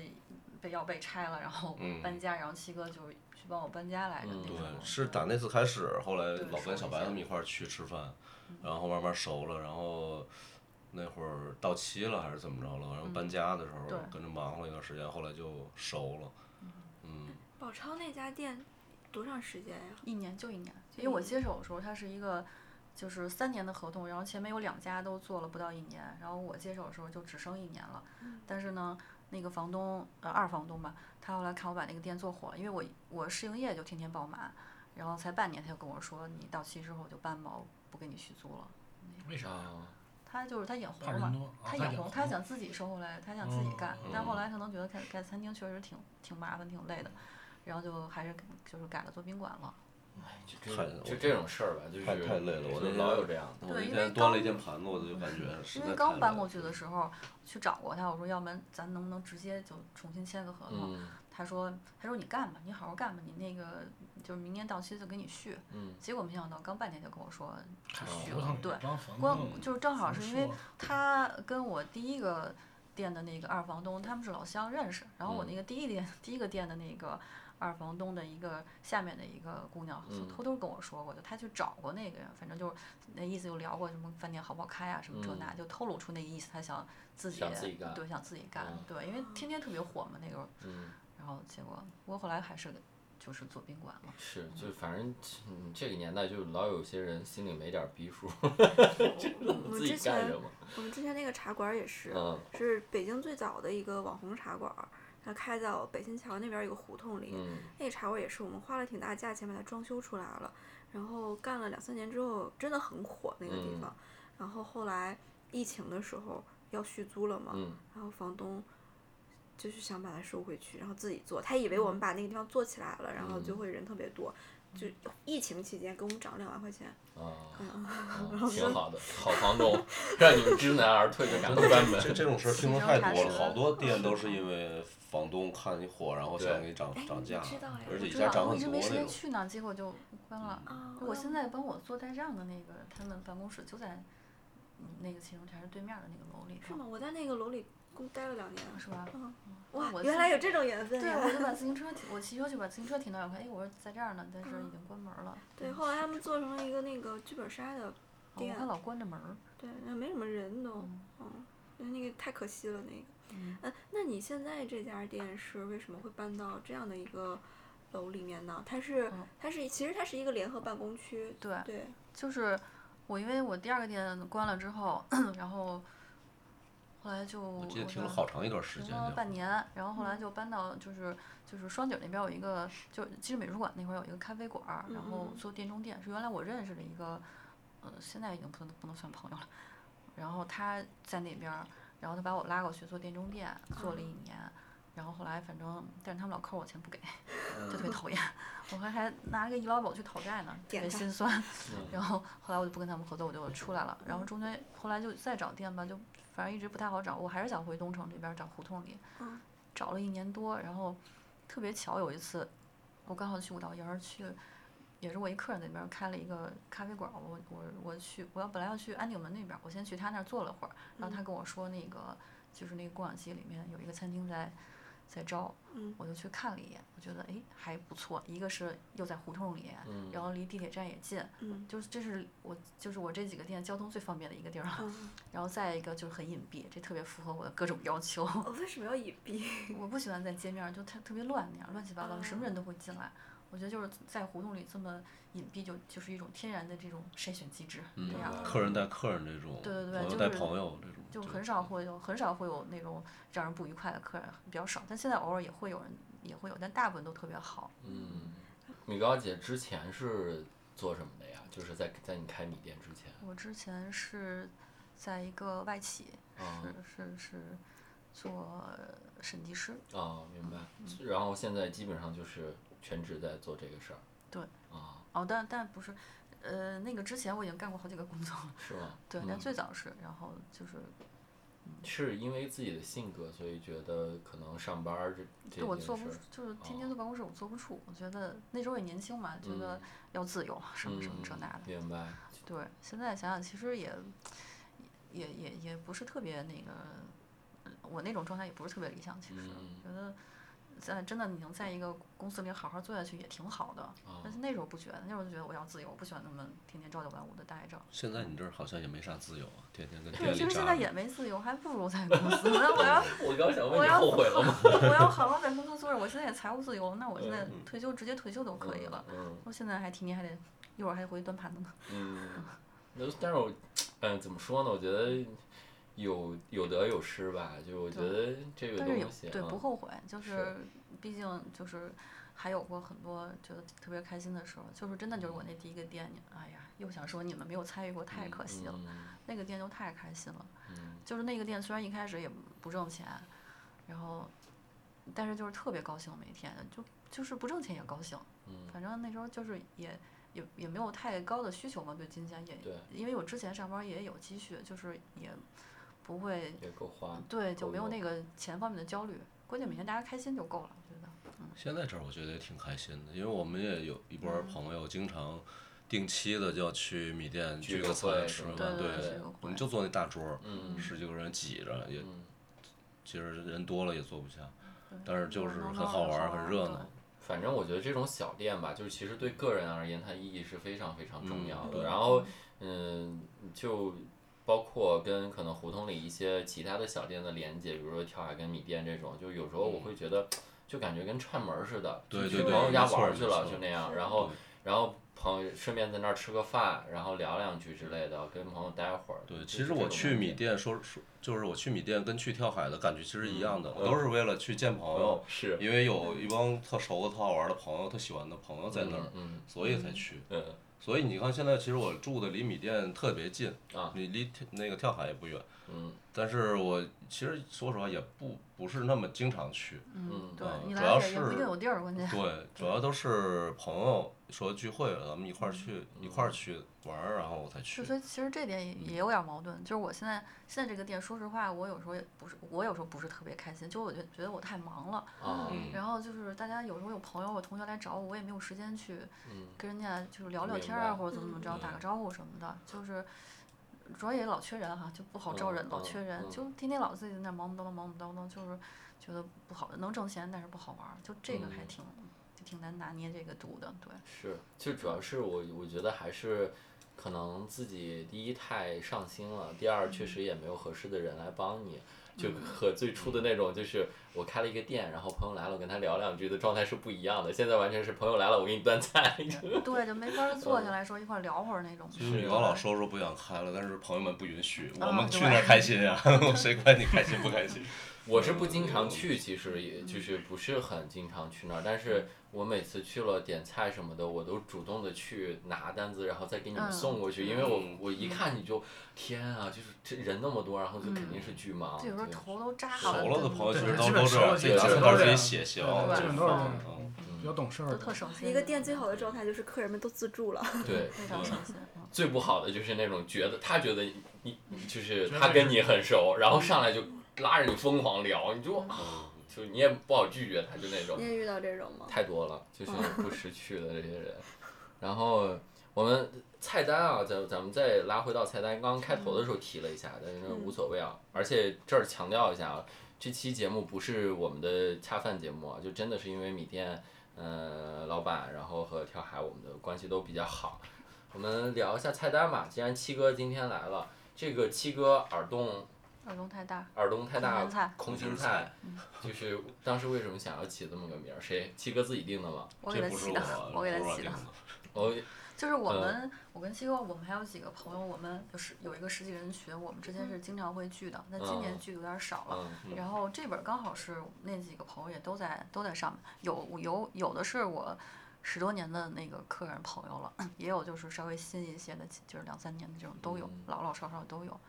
[SPEAKER 6] 被要被拆了，然后
[SPEAKER 5] 嗯
[SPEAKER 6] 搬家，然后七哥就去帮我搬家来着。
[SPEAKER 2] 嗯
[SPEAKER 6] 那
[SPEAKER 5] 对
[SPEAKER 6] 时候，
[SPEAKER 5] 是打那次开始，后来
[SPEAKER 6] 对
[SPEAKER 5] 老
[SPEAKER 6] 熟
[SPEAKER 5] 跟
[SPEAKER 6] 了
[SPEAKER 5] 小
[SPEAKER 6] 一
[SPEAKER 5] 白
[SPEAKER 6] 下嗯
[SPEAKER 5] 他们一块儿去吃饭，然后慢慢熟了，然后那会儿到期了还是怎么着了，然后搬家的时候
[SPEAKER 6] 嗯对
[SPEAKER 5] 跟着忙活了一段时间，后来就熟了，嗯，
[SPEAKER 4] 宝超那家店多长时间呀？
[SPEAKER 6] 一年就一年，
[SPEAKER 4] 就
[SPEAKER 6] 因为
[SPEAKER 4] 一
[SPEAKER 6] 我
[SPEAKER 4] 年
[SPEAKER 6] 接手的时候，它是一个就是三年的合同，然后前面有两家都做了不到一年，然后我接手的时候就只剩一年了。但是呢，那个房东呃二房东吧，他后来看我把那个店做火了，因为我我试营业就天天爆满，然后才半年他就跟我说，你到期之后我就搬吧，我不给你续租了。
[SPEAKER 3] 为啥？
[SPEAKER 2] 啊，
[SPEAKER 6] 他就是他眼红
[SPEAKER 3] 怕人
[SPEAKER 6] 嘛
[SPEAKER 3] 多，
[SPEAKER 5] 哦
[SPEAKER 3] 啊
[SPEAKER 6] 他
[SPEAKER 3] 他
[SPEAKER 6] 眼
[SPEAKER 3] 眼
[SPEAKER 6] 红，
[SPEAKER 3] 红
[SPEAKER 5] 嗯
[SPEAKER 6] 他想自己收回来，他想自己干，
[SPEAKER 3] 嗯
[SPEAKER 6] 但后来可能觉得改改餐厅确实挺挺麻烦、挺累的，然后就还是给就是改了做宾馆了。
[SPEAKER 2] 就
[SPEAKER 5] 太
[SPEAKER 2] 这就这种事儿吧，就是
[SPEAKER 5] 太太累了我
[SPEAKER 2] 就
[SPEAKER 5] 那
[SPEAKER 2] 老
[SPEAKER 5] 天
[SPEAKER 2] 有这样的。
[SPEAKER 5] 我
[SPEAKER 6] 对
[SPEAKER 5] 那
[SPEAKER 6] 因为
[SPEAKER 5] 天端了
[SPEAKER 6] 刚
[SPEAKER 5] 一件盘子，我就感觉实
[SPEAKER 6] 因
[SPEAKER 5] 在太
[SPEAKER 6] 为刚搬
[SPEAKER 5] 累
[SPEAKER 6] 过
[SPEAKER 5] 了嗯
[SPEAKER 6] 去的时候去找过他，我说要不然咱能不能直接就重新签个合同？
[SPEAKER 2] 嗯
[SPEAKER 6] 他说他说你干吧，你好好干吧，你那个就是明年到期就给你续。
[SPEAKER 2] 嗯，
[SPEAKER 6] 结果没想到刚半年就跟我说
[SPEAKER 3] 看
[SPEAKER 2] 学
[SPEAKER 3] 折腾你
[SPEAKER 6] 对
[SPEAKER 3] 帮房
[SPEAKER 6] 光
[SPEAKER 3] 东，
[SPEAKER 5] 嗯
[SPEAKER 6] 就是正好是因为
[SPEAKER 3] 说
[SPEAKER 6] 他跟我第一个店的那个二房东，他们是老乡认识。然后我
[SPEAKER 2] 嗯
[SPEAKER 6] 那个第一店、第一个店的那个二房东的一个下面的一个姑娘，
[SPEAKER 2] 嗯
[SPEAKER 6] 偷偷跟我说过，就他去找过那个人，反正就是那意思就聊过什么饭店好不好开啊，什么这那，就透露出那个意思，他想自
[SPEAKER 2] 嗯
[SPEAKER 6] 己
[SPEAKER 2] 想自己干
[SPEAKER 6] 对，想自己干，
[SPEAKER 2] 嗯
[SPEAKER 6] 对，因为天天特别火嘛那个时候，
[SPEAKER 2] 嗯
[SPEAKER 6] 然后结果不过后来还是就是做宾馆了。
[SPEAKER 2] 是，就反正嗯这个年代就老有些人心里没点儿逼数，
[SPEAKER 4] 我们
[SPEAKER 2] 自己
[SPEAKER 4] 之
[SPEAKER 2] 干
[SPEAKER 4] 前
[SPEAKER 2] 什么？
[SPEAKER 4] 我们之前那个茶馆儿也是，
[SPEAKER 2] 嗯
[SPEAKER 4] 是北京最早的一个网红茶馆儿，它开到北新桥那边儿一个胡同里。
[SPEAKER 2] 嗯
[SPEAKER 4] 那个茶馆儿也是我们花了挺大价钱把它装修出来了，然后干了两三年之后，真的很火那个地
[SPEAKER 2] 嗯
[SPEAKER 4] 方。然后后来疫情的时候要续租了嘛，
[SPEAKER 2] 嗯
[SPEAKER 4] 然后房东就是想把它收回去，然后自己做。他以为
[SPEAKER 5] 嗯
[SPEAKER 4] 我们把那个地方做起来了，然后就
[SPEAKER 2] 嗯
[SPEAKER 4] 会人特别多。就疫情期间给我们涨两万块钱，
[SPEAKER 2] 啊，
[SPEAKER 4] 嗯，
[SPEAKER 2] 嗯挺好的，好房东，让你们知难而退就赶快关
[SPEAKER 5] (laughs) 这
[SPEAKER 2] 门。
[SPEAKER 5] 这种事儿听说
[SPEAKER 6] 行
[SPEAKER 5] 太
[SPEAKER 6] 查
[SPEAKER 5] 多
[SPEAKER 6] 实
[SPEAKER 5] 了，好
[SPEAKER 6] (laughs)
[SPEAKER 5] 多店都是因为房东看你火，然后
[SPEAKER 2] 对
[SPEAKER 5] 想给你涨
[SPEAKER 4] 哎
[SPEAKER 5] 涨
[SPEAKER 4] 你
[SPEAKER 5] 价
[SPEAKER 4] 知道呀，
[SPEAKER 5] 而且
[SPEAKER 6] 我
[SPEAKER 5] 一
[SPEAKER 6] 知
[SPEAKER 5] 下
[SPEAKER 6] 道，
[SPEAKER 5] 涨
[SPEAKER 6] 我
[SPEAKER 5] 很
[SPEAKER 6] 一直
[SPEAKER 5] 多
[SPEAKER 6] 没时
[SPEAKER 5] 那
[SPEAKER 6] 间
[SPEAKER 5] 种。
[SPEAKER 6] 去呢，结果就
[SPEAKER 2] 嗯
[SPEAKER 6] 关了。
[SPEAKER 4] 啊
[SPEAKER 6] 我现在帮我做代账的那个，他们办公室就在嗯那个秦荣茶室对面的那个楼里
[SPEAKER 4] 是
[SPEAKER 6] 头，
[SPEAKER 4] 吗？我在那个楼里共待了两年。
[SPEAKER 6] 是吧？
[SPEAKER 4] 嗯，
[SPEAKER 6] 我
[SPEAKER 4] 哇，
[SPEAKER 6] 我
[SPEAKER 4] 原
[SPEAKER 6] 自
[SPEAKER 4] 来
[SPEAKER 6] 己
[SPEAKER 4] 有这种缘分
[SPEAKER 6] 对，啊
[SPEAKER 4] (laughs) 呀！
[SPEAKER 6] 我就把自行车停，我骑车就把自行车停那儿，我看，哎，我说在这儿呢，但是已
[SPEAKER 4] 嗯
[SPEAKER 6] 经关门了。
[SPEAKER 4] 对，
[SPEAKER 6] 嗯
[SPEAKER 4] 后来他们做成了一个那个剧本杀的
[SPEAKER 6] 哦我
[SPEAKER 4] 店
[SPEAKER 6] 看，老关着门儿。
[SPEAKER 4] 对，那没什么人都，
[SPEAKER 6] 嗯
[SPEAKER 4] 嗯，那个太可惜了那个。
[SPEAKER 6] 嗯，
[SPEAKER 4] 嗯，那你现在这家店是为什么会搬到这样的一个楼里面呢？它是
[SPEAKER 6] 嗯
[SPEAKER 4] 它是其实它是一个联合办公区，
[SPEAKER 6] 对，
[SPEAKER 4] 哦对，
[SPEAKER 6] 就是我因为我第二个店关了之后， (coughs) 然后后来就
[SPEAKER 5] 我
[SPEAKER 6] 我
[SPEAKER 5] 记得
[SPEAKER 6] 在
[SPEAKER 5] 听了好长一段时
[SPEAKER 6] 停
[SPEAKER 5] 间
[SPEAKER 6] 了
[SPEAKER 5] 那会儿
[SPEAKER 6] 半年，然后后来
[SPEAKER 4] 嗯
[SPEAKER 6] 就搬到就是就是双井那边有一个，就其实美术馆那块儿有一个咖啡馆儿，然后
[SPEAKER 4] 嗯嗯
[SPEAKER 6] 做店中店，是原来我认识的一个，呃，现在已经不能不能算朋友了。然后他在那边儿，然后他把我拉过去做店中店，做了
[SPEAKER 4] 啊
[SPEAKER 6] 一年。然后后来反正，但是他们老扣我钱不给，
[SPEAKER 4] 嗯
[SPEAKER 6] 就特别讨厌。我还还拿个医疗保去讨债呢，特
[SPEAKER 4] 点
[SPEAKER 6] 别
[SPEAKER 4] 他
[SPEAKER 6] 心酸。
[SPEAKER 4] (laughs)
[SPEAKER 2] 嗯
[SPEAKER 6] 然后后来我就不跟他们合作，我就出来了。然后中间后来就再找店吧，就反正一直不太好找，我还是想回东城这边儿找胡同里
[SPEAKER 4] 嗯，
[SPEAKER 6] 找了一年多，然后特别巧有一次，我刚好去五道营儿去。也是我一客人那边儿开了一个咖啡馆儿，我我我去，我要本来要去安定门那边儿，我先去他那儿坐了会儿，然后
[SPEAKER 4] 嗯
[SPEAKER 6] 他跟我说那个就是那个共享期里面有一个餐厅在在招，
[SPEAKER 4] 嗯
[SPEAKER 6] 我就去看了一眼，我觉得哎还不错，一个是又在胡同里，
[SPEAKER 2] 嗯
[SPEAKER 6] 然后离地铁站也近，
[SPEAKER 4] 嗯
[SPEAKER 6] 就是这是我就是我这几个店交通最方便的一个地儿了，
[SPEAKER 4] 嗯，
[SPEAKER 6] 然后再一个就是很隐蔽，这特别符合我的各种要求。 (laughs)
[SPEAKER 4] 我哦为什么要隐
[SPEAKER 2] (laughs)
[SPEAKER 4] 蔽？
[SPEAKER 6] 我不喜欢在街面儿就特特别乱那样，乱七八糟，什么人都会进来。我觉得就是在胡同里这么隐蔽就，就是一种天然的这种筛选机制，
[SPEAKER 5] 嗯
[SPEAKER 6] 这样
[SPEAKER 2] 嗯
[SPEAKER 5] 客人带客人这种，
[SPEAKER 6] 对对对
[SPEAKER 5] 朋
[SPEAKER 6] 就
[SPEAKER 5] 友带
[SPEAKER 6] 是
[SPEAKER 5] 朋友这种，
[SPEAKER 6] 就
[SPEAKER 5] 对
[SPEAKER 6] 很少会有很少会有那种让人不愉快的客人，比较少。但现在偶尔也会有人也会有，但大部分都特别好。
[SPEAKER 2] 嗯，米高姐之前是做什么的呀？就是在在你开米店之前，
[SPEAKER 6] 我之前是在一个外企，
[SPEAKER 2] 啊
[SPEAKER 6] 是是是做审计师，
[SPEAKER 2] 啊，明白。然后现在基本上就是全职在做这个事儿。
[SPEAKER 6] 对。
[SPEAKER 2] 啊，
[SPEAKER 6] 哦，但但不是，呃，那个之前我已经干过好几个工作了，
[SPEAKER 2] 是吗？
[SPEAKER 6] 对，
[SPEAKER 2] 嗯
[SPEAKER 6] 但最早是，然后就是
[SPEAKER 2] 是因为自己的性格，所以觉得可能上班儿这这
[SPEAKER 6] 对我
[SPEAKER 2] 件
[SPEAKER 6] 坐
[SPEAKER 2] 事
[SPEAKER 6] 不
[SPEAKER 2] 儿，，
[SPEAKER 6] 就是天
[SPEAKER 2] 哦
[SPEAKER 6] 天坐办公室我坐不住，我觉得那时候也年轻嘛，觉得
[SPEAKER 2] 嗯
[SPEAKER 6] 要自由，什么什么
[SPEAKER 2] 嗯
[SPEAKER 6] 这那的，
[SPEAKER 2] 明白。
[SPEAKER 6] 对，现在想想其实也也也也不是特别那个，呃我那种状态也不是特别理想，其实
[SPEAKER 2] 嗯
[SPEAKER 6] 觉得。在真的，你能在一个公司里好好做下去也挺好的。
[SPEAKER 2] 啊
[SPEAKER 6] 但是那时候不觉得，那时候就觉得我要自由，我不喜欢那么天天朝九晚五的待着。
[SPEAKER 5] 现在你这儿好像也没啥自由啊，天天跟
[SPEAKER 6] 对，
[SPEAKER 5] 店里
[SPEAKER 6] 其实现
[SPEAKER 5] 扎
[SPEAKER 6] 在
[SPEAKER 5] 着
[SPEAKER 6] 也没自由，还不如在公司。我要我要
[SPEAKER 2] (laughs) 我刚想问
[SPEAKER 6] 我
[SPEAKER 2] 你
[SPEAKER 6] 要
[SPEAKER 2] 后悔了吗？
[SPEAKER 6] 我要好好在公司做着，我现在也财务自由，那我现在
[SPEAKER 5] 嗯
[SPEAKER 6] 退休直接退休都可以了。
[SPEAKER 2] 嗯。
[SPEAKER 6] 我现在还天天还得一会儿还得回去端盘子呢。
[SPEAKER 2] 嗯，那但是我，嗯，怎么说呢？我觉得有有得有失吧。就我觉得这个
[SPEAKER 6] 但是也
[SPEAKER 2] 东西、啊，
[SPEAKER 6] 对不后悔，就是是毕竟就是还有过很多觉得特别开心的时候，就是真的就是我那第一个店，你哎呀，又想说你们没有参与过，太可惜了。
[SPEAKER 2] 嗯
[SPEAKER 6] 那个店就太开心了，
[SPEAKER 2] 嗯
[SPEAKER 6] 就是那个店虽然一开始也不挣钱，然后但是就是特别高兴，每天就就是不挣钱也高兴。
[SPEAKER 2] 嗯
[SPEAKER 6] 反正那时候就是也也也没有太高的需求嘛，对金钱也
[SPEAKER 2] 嗯对，
[SPEAKER 6] 因为我之前上班也有积蓄，就是也不会
[SPEAKER 2] 也够花。
[SPEAKER 6] 对就
[SPEAKER 2] 够
[SPEAKER 6] 没有
[SPEAKER 2] 用
[SPEAKER 6] 那个钱方面的焦虑，关键每天大家开心就够了，我觉得。
[SPEAKER 5] 现在这儿我觉得也挺开心的，因为我们也有一波
[SPEAKER 6] 嗯
[SPEAKER 5] 儿朋友经常定期的就要去米店
[SPEAKER 2] 聚
[SPEAKER 5] 聚
[SPEAKER 2] 个
[SPEAKER 5] 个
[SPEAKER 2] 会
[SPEAKER 5] 餐吃
[SPEAKER 2] 什么
[SPEAKER 5] 个
[SPEAKER 2] 的
[SPEAKER 5] 饭，
[SPEAKER 6] 对
[SPEAKER 2] 对
[SPEAKER 6] 是有
[SPEAKER 5] 我
[SPEAKER 6] 会
[SPEAKER 5] 们就坐那大桌儿，
[SPEAKER 2] 嗯
[SPEAKER 5] 十几个人挤着，也
[SPEAKER 2] 嗯，
[SPEAKER 5] 其实人多了也坐不下，
[SPEAKER 6] 对
[SPEAKER 5] 但是就
[SPEAKER 6] 热
[SPEAKER 5] 是很
[SPEAKER 6] 闹闹
[SPEAKER 5] 好
[SPEAKER 6] 的
[SPEAKER 5] 玩儿，
[SPEAKER 6] 好
[SPEAKER 5] 很
[SPEAKER 6] 玩
[SPEAKER 5] 热
[SPEAKER 6] 儿
[SPEAKER 5] 闹。
[SPEAKER 2] 反正我觉得这种小店吧，就是其实对个人而言，它意义是非常非常重
[SPEAKER 5] 嗯
[SPEAKER 2] 要的。
[SPEAKER 5] 对
[SPEAKER 2] 然后，嗯，就包括跟可
[SPEAKER 6] 嗯
[SPEAKER 2] 能胡同里一些其他的小店的连接，比如说跳海跟米店这种，就有时候我会觉得。就感觉跟串门儿似的，
[SPEAKER 5] 对
[SPEAKER 2] 就
[SPEAKER 5] 对
[SPEAKER 2] 去
[SPEAKER 5] 对
[SPEAKER 2] 朋友家
[SPEAKER 5] 没错
[SPEAKER 2] 玩儿
[SPEAKER 5] 没
[SPEAKER 2] 去了，
[SPEAKER 5] 错
[SPEAKER 2] 就那样。
[SPEAKER 4] 是
[SPEAKER 2] 然后然后朋友顺便在那儿吃个饭，然后聊两句之类的，跟朋友待会儿。
[SPEAKER 5] 对，
[SPEAKER 2] 就
[SPEAKER 5] 其
[SPEAKER 2] 是
[SPEAKER 5] 实
[SPEAKER 2] 这
[SPEAKER 5] 我
[SPEAKER 2] 种
[SPEAKER 5] 去
[SPEAKER 2] 感
[SPEAKER 5] 米
[SPEAKER 2] 觉，
[SPEAKER 5] 店说说，就是我去米店跟去跳海的感觉其实一样的，
[SPEAKER 2] 嗯
[SPEAKER 5] 都是为了去见朋友
[SPEAKER 2] 嗯，是
[SPEAKER 5] 因为有一帮特熟的、特好玩的朋友、特喜欢的朋友在那儿，
[SPEAKER 2] 嗯
[SPEAKER 5] 所以才去。
[SPEAKER 2] 嗯
[SPEAKER 5] 所以你看，现在其实我住的离米店特别近，
[SPEAKER 2] 啊
[SPEAKER 5] 你离跳那个跳海也不远，
[SPEAKER 2] 嗯
[SPEAKER 5] 但是我其实说实话也不不是那么经常去，
[SPEAKER 2] 嗯
[SPEAKER 6] 对
[SPEAKER 5] 嗯
[SPEAKER 6] 你
[SPEAKER 5] 主
[SPEAKER 6] 来
[SPEAKER 5] 要
[SPEAKER 6] 也也不一定
[SPEAKER 5] 是
[SPEAKER 6] 有地儿，关键。
[SPEAKER 5] 对，主要都是朋友说聚会了，咱们一块儿去一块儿去玩儿，然后我才去
[SPEAKER 6] 是，。所以其实这点也也有点矛盾。就是我现在现在这个店，说实话，我有时候也不是，我有时候不是特别开心，就我觉觉得我太忙了。
[SPEAKER 2] 啊
[SPEAKER 5] 嗯
[SPEAKER 6] 然后就是大家有时候有朋友、有同学来找我，我也没有时间去
[SPEAKER 2] 嗯
[SPEAKER 6] 跟人家就是聊聊
[SPEAKER 2] 明
[SPEAKER 6] 天儿啊，
[SPEAKER 2] 白
[SPEAKER 6] 或者怎么怎么着，打个
[SPEAKER 5] 嗯
[SPEAKER 6] 招呼什么的，就是。主要也老缺人哈、就不好招人，
[SPEAKER 2] 嗯
[SPEAKER 6] 老
[SPEAKER 2] 嗯
[SPEAKER 6] 缺人，
[SPEAKER 2] 嗯
[SPEAKER 6] 就天天老自己在那儿忙不叨叨，忙不叨叨，就是觉得不好，能挣钱，但是不好玩儿，就这个还
[SPEAKER 2] 嗯
[SPEAKER 6] 挺、就挺难拿捏这个度的，对。
[SPEAKER 2] 是，就主要是我我觉得还是可能自己第一太上心了，第二确实也没有合适的人来帮你。就和最初的那种，就是我开了一个店，然后朋友来了，我跟他聊两句的状态是不一样的。现在完全是朋友来了，我给你端菜。
[SPEAKER 6] 对，就没法儿坐下
[SPEAKER 2] 嗯
[SPEAKER 6] 来说一块儿聊会儿那种。
[SPEAKER 5] 其实
[SPEAKER 2] 是
[SPEAKER 5] 高老说说不想开了，但是朋友们不允许，
[SPEAKER 6] 啊
[SPEAKER 5] 我们去
[SPEAKER 6] 对
[SPEAKER 5] 那儿开心呀，谁管你开心不开心？
[SPEAKER 2] 我是不经常去，其实也就是不是很经常去那儿，但是我每次去了点菜什么的，我都主动的去拿单子，然后再给你们
[SPEAKER 6] 嗯
[SPEAKER 2] 送过去，因为我
[SPEAKER 5] 嗯
[SPEAKER 2] 我一看你就天啊，就是这人那么多，然后就肯定是巨忙。
[SPEAKER 6] 就有时候
[SPEAKER 2] 对
[SPEAKER 6] 头都炸
[SPEAKER 5] 熟
[SPEAKER 6] 了，
[SPEAKER 5] 了的
[SPEAKER 6] 就
[SPEAKER 5] 朋友其
[SPEAKER 3] 对
[SPEAKER 5] 实都
[SPEAKER 3] 基本
[SPEAKER 5] 都
[SPEAKER 3] 熟
[SPEAKER 5] 这样，
[SPEAKER 3] 了
[SPEAKER 5] 自
[SPEAKER 2] 基
[SPEAKER 5] 己拿
[SPEAKER 2] 本
[SPEAKER 5] 菜
[SPEAKER 2] 都
[SPEAKER 5] 单自
[SPEAKER 3] 这
[SPEAKER 5] 己
[SPEAKER 3] 样
[SPEAKER 5] 写写
[SPEAKER 3] 对
[SPEAKER 5] 完
[SPEAKER 3] 对
[SPEAKER 5] 了
[SPEAKER 3] 基
[SPEAKER 5] 再
[SPEAKER 3] 本都是这
[SPEAKER 5] 放
[SPEAKER 3] 样。
[SPEAKER 5] 嗯
[SPEAKER 3] 比较懂事儿
[SPEAKER 6] 都
[SPEAKER 3] 的，
[SPEAKER 6] 特省心。
[SPEAKER 4] 一个店最好的状态就是客人们都自助了，
[SPEAKER 2] 对，
[SPEAKER 6] 非常省心。嗯
[SPEAKER 2] 最不好的就是那种觉得他觉得你你你就是
[SPEAKER 3] 觉得
[SPEAKER 2] 他
[SPEAKER 3] 是
[SPEAKER 2] 跟你很熟，然后上来就拉着你疯狂聊，你就啊就你也不好拒绝他，就那种
[SPEAKER 4] 你。也遇到这种吗？
[SPEAKER 2] 太多了，就是不识趣的这些人。然后我们菜单啊，咱咱们再拉回到菜单，刚刚开头的时候提了一下，但是
[SPEAKER 4] 嗯
[SPEAKER 2] 无所谓啊。而且这儿强调一下啊，这期节目不是我们的恰饭节目啊，就真的是因为米店，呃，老板，然后和跳海我们的关系都比较好。我们聊一下菜单吧，既然七哥今天来了，这个七哥耳洞
[SPEAKER 6] 耳洞太大，
[SPEAKER 2] 耳洞太大
[SPEAKER 6] 空心菜，
[SPEAKER 2] 空心菜，就是当时为什么想要起这么个名儿？谁七哥自己定的吗？
[SPEAKER 6] 我给
[SPEAKER 5] 这
[SPEAKER 6] 他
[SPEAKER 5] 不是
[SPEAKER 6] 起的，
[SPEAKER 5] 我，
[SPEAKER 6] 我给
[SPEAKER 5] 不是
[SPEAKER 6] 他
[SPEAKER 5] 我嗯
[SPEAKER 6] 起
[SPEAKER 5] 定
[SPEAKER 6] 的
[SPEAKER 5] 的。。
[SPEAKER 2] 哦，
[SPEAKER 6] 就是我
[SPEAKER 2] 呃
[SPEAKER 6] 们，我跟七哥，我们还有几个朋友，我们就是有一个十几人群，我们之前是经常会聚的，那今年
[SPEAKER 2] 嗯
[SPEAKER 6] 聚的有点少了。
[SPEAKER 2] 嗯
[SPEAKER 6] 然后这本儿刚好是那几个朋友也都在都在上面，有有有的是我十多年的那个客人朋友了， (coughs) 也有就是稍微新一些的，就是两三年的这种都有，
[SPEAKER 2] 嗯
[SPEAKER 6] 老老少少都有。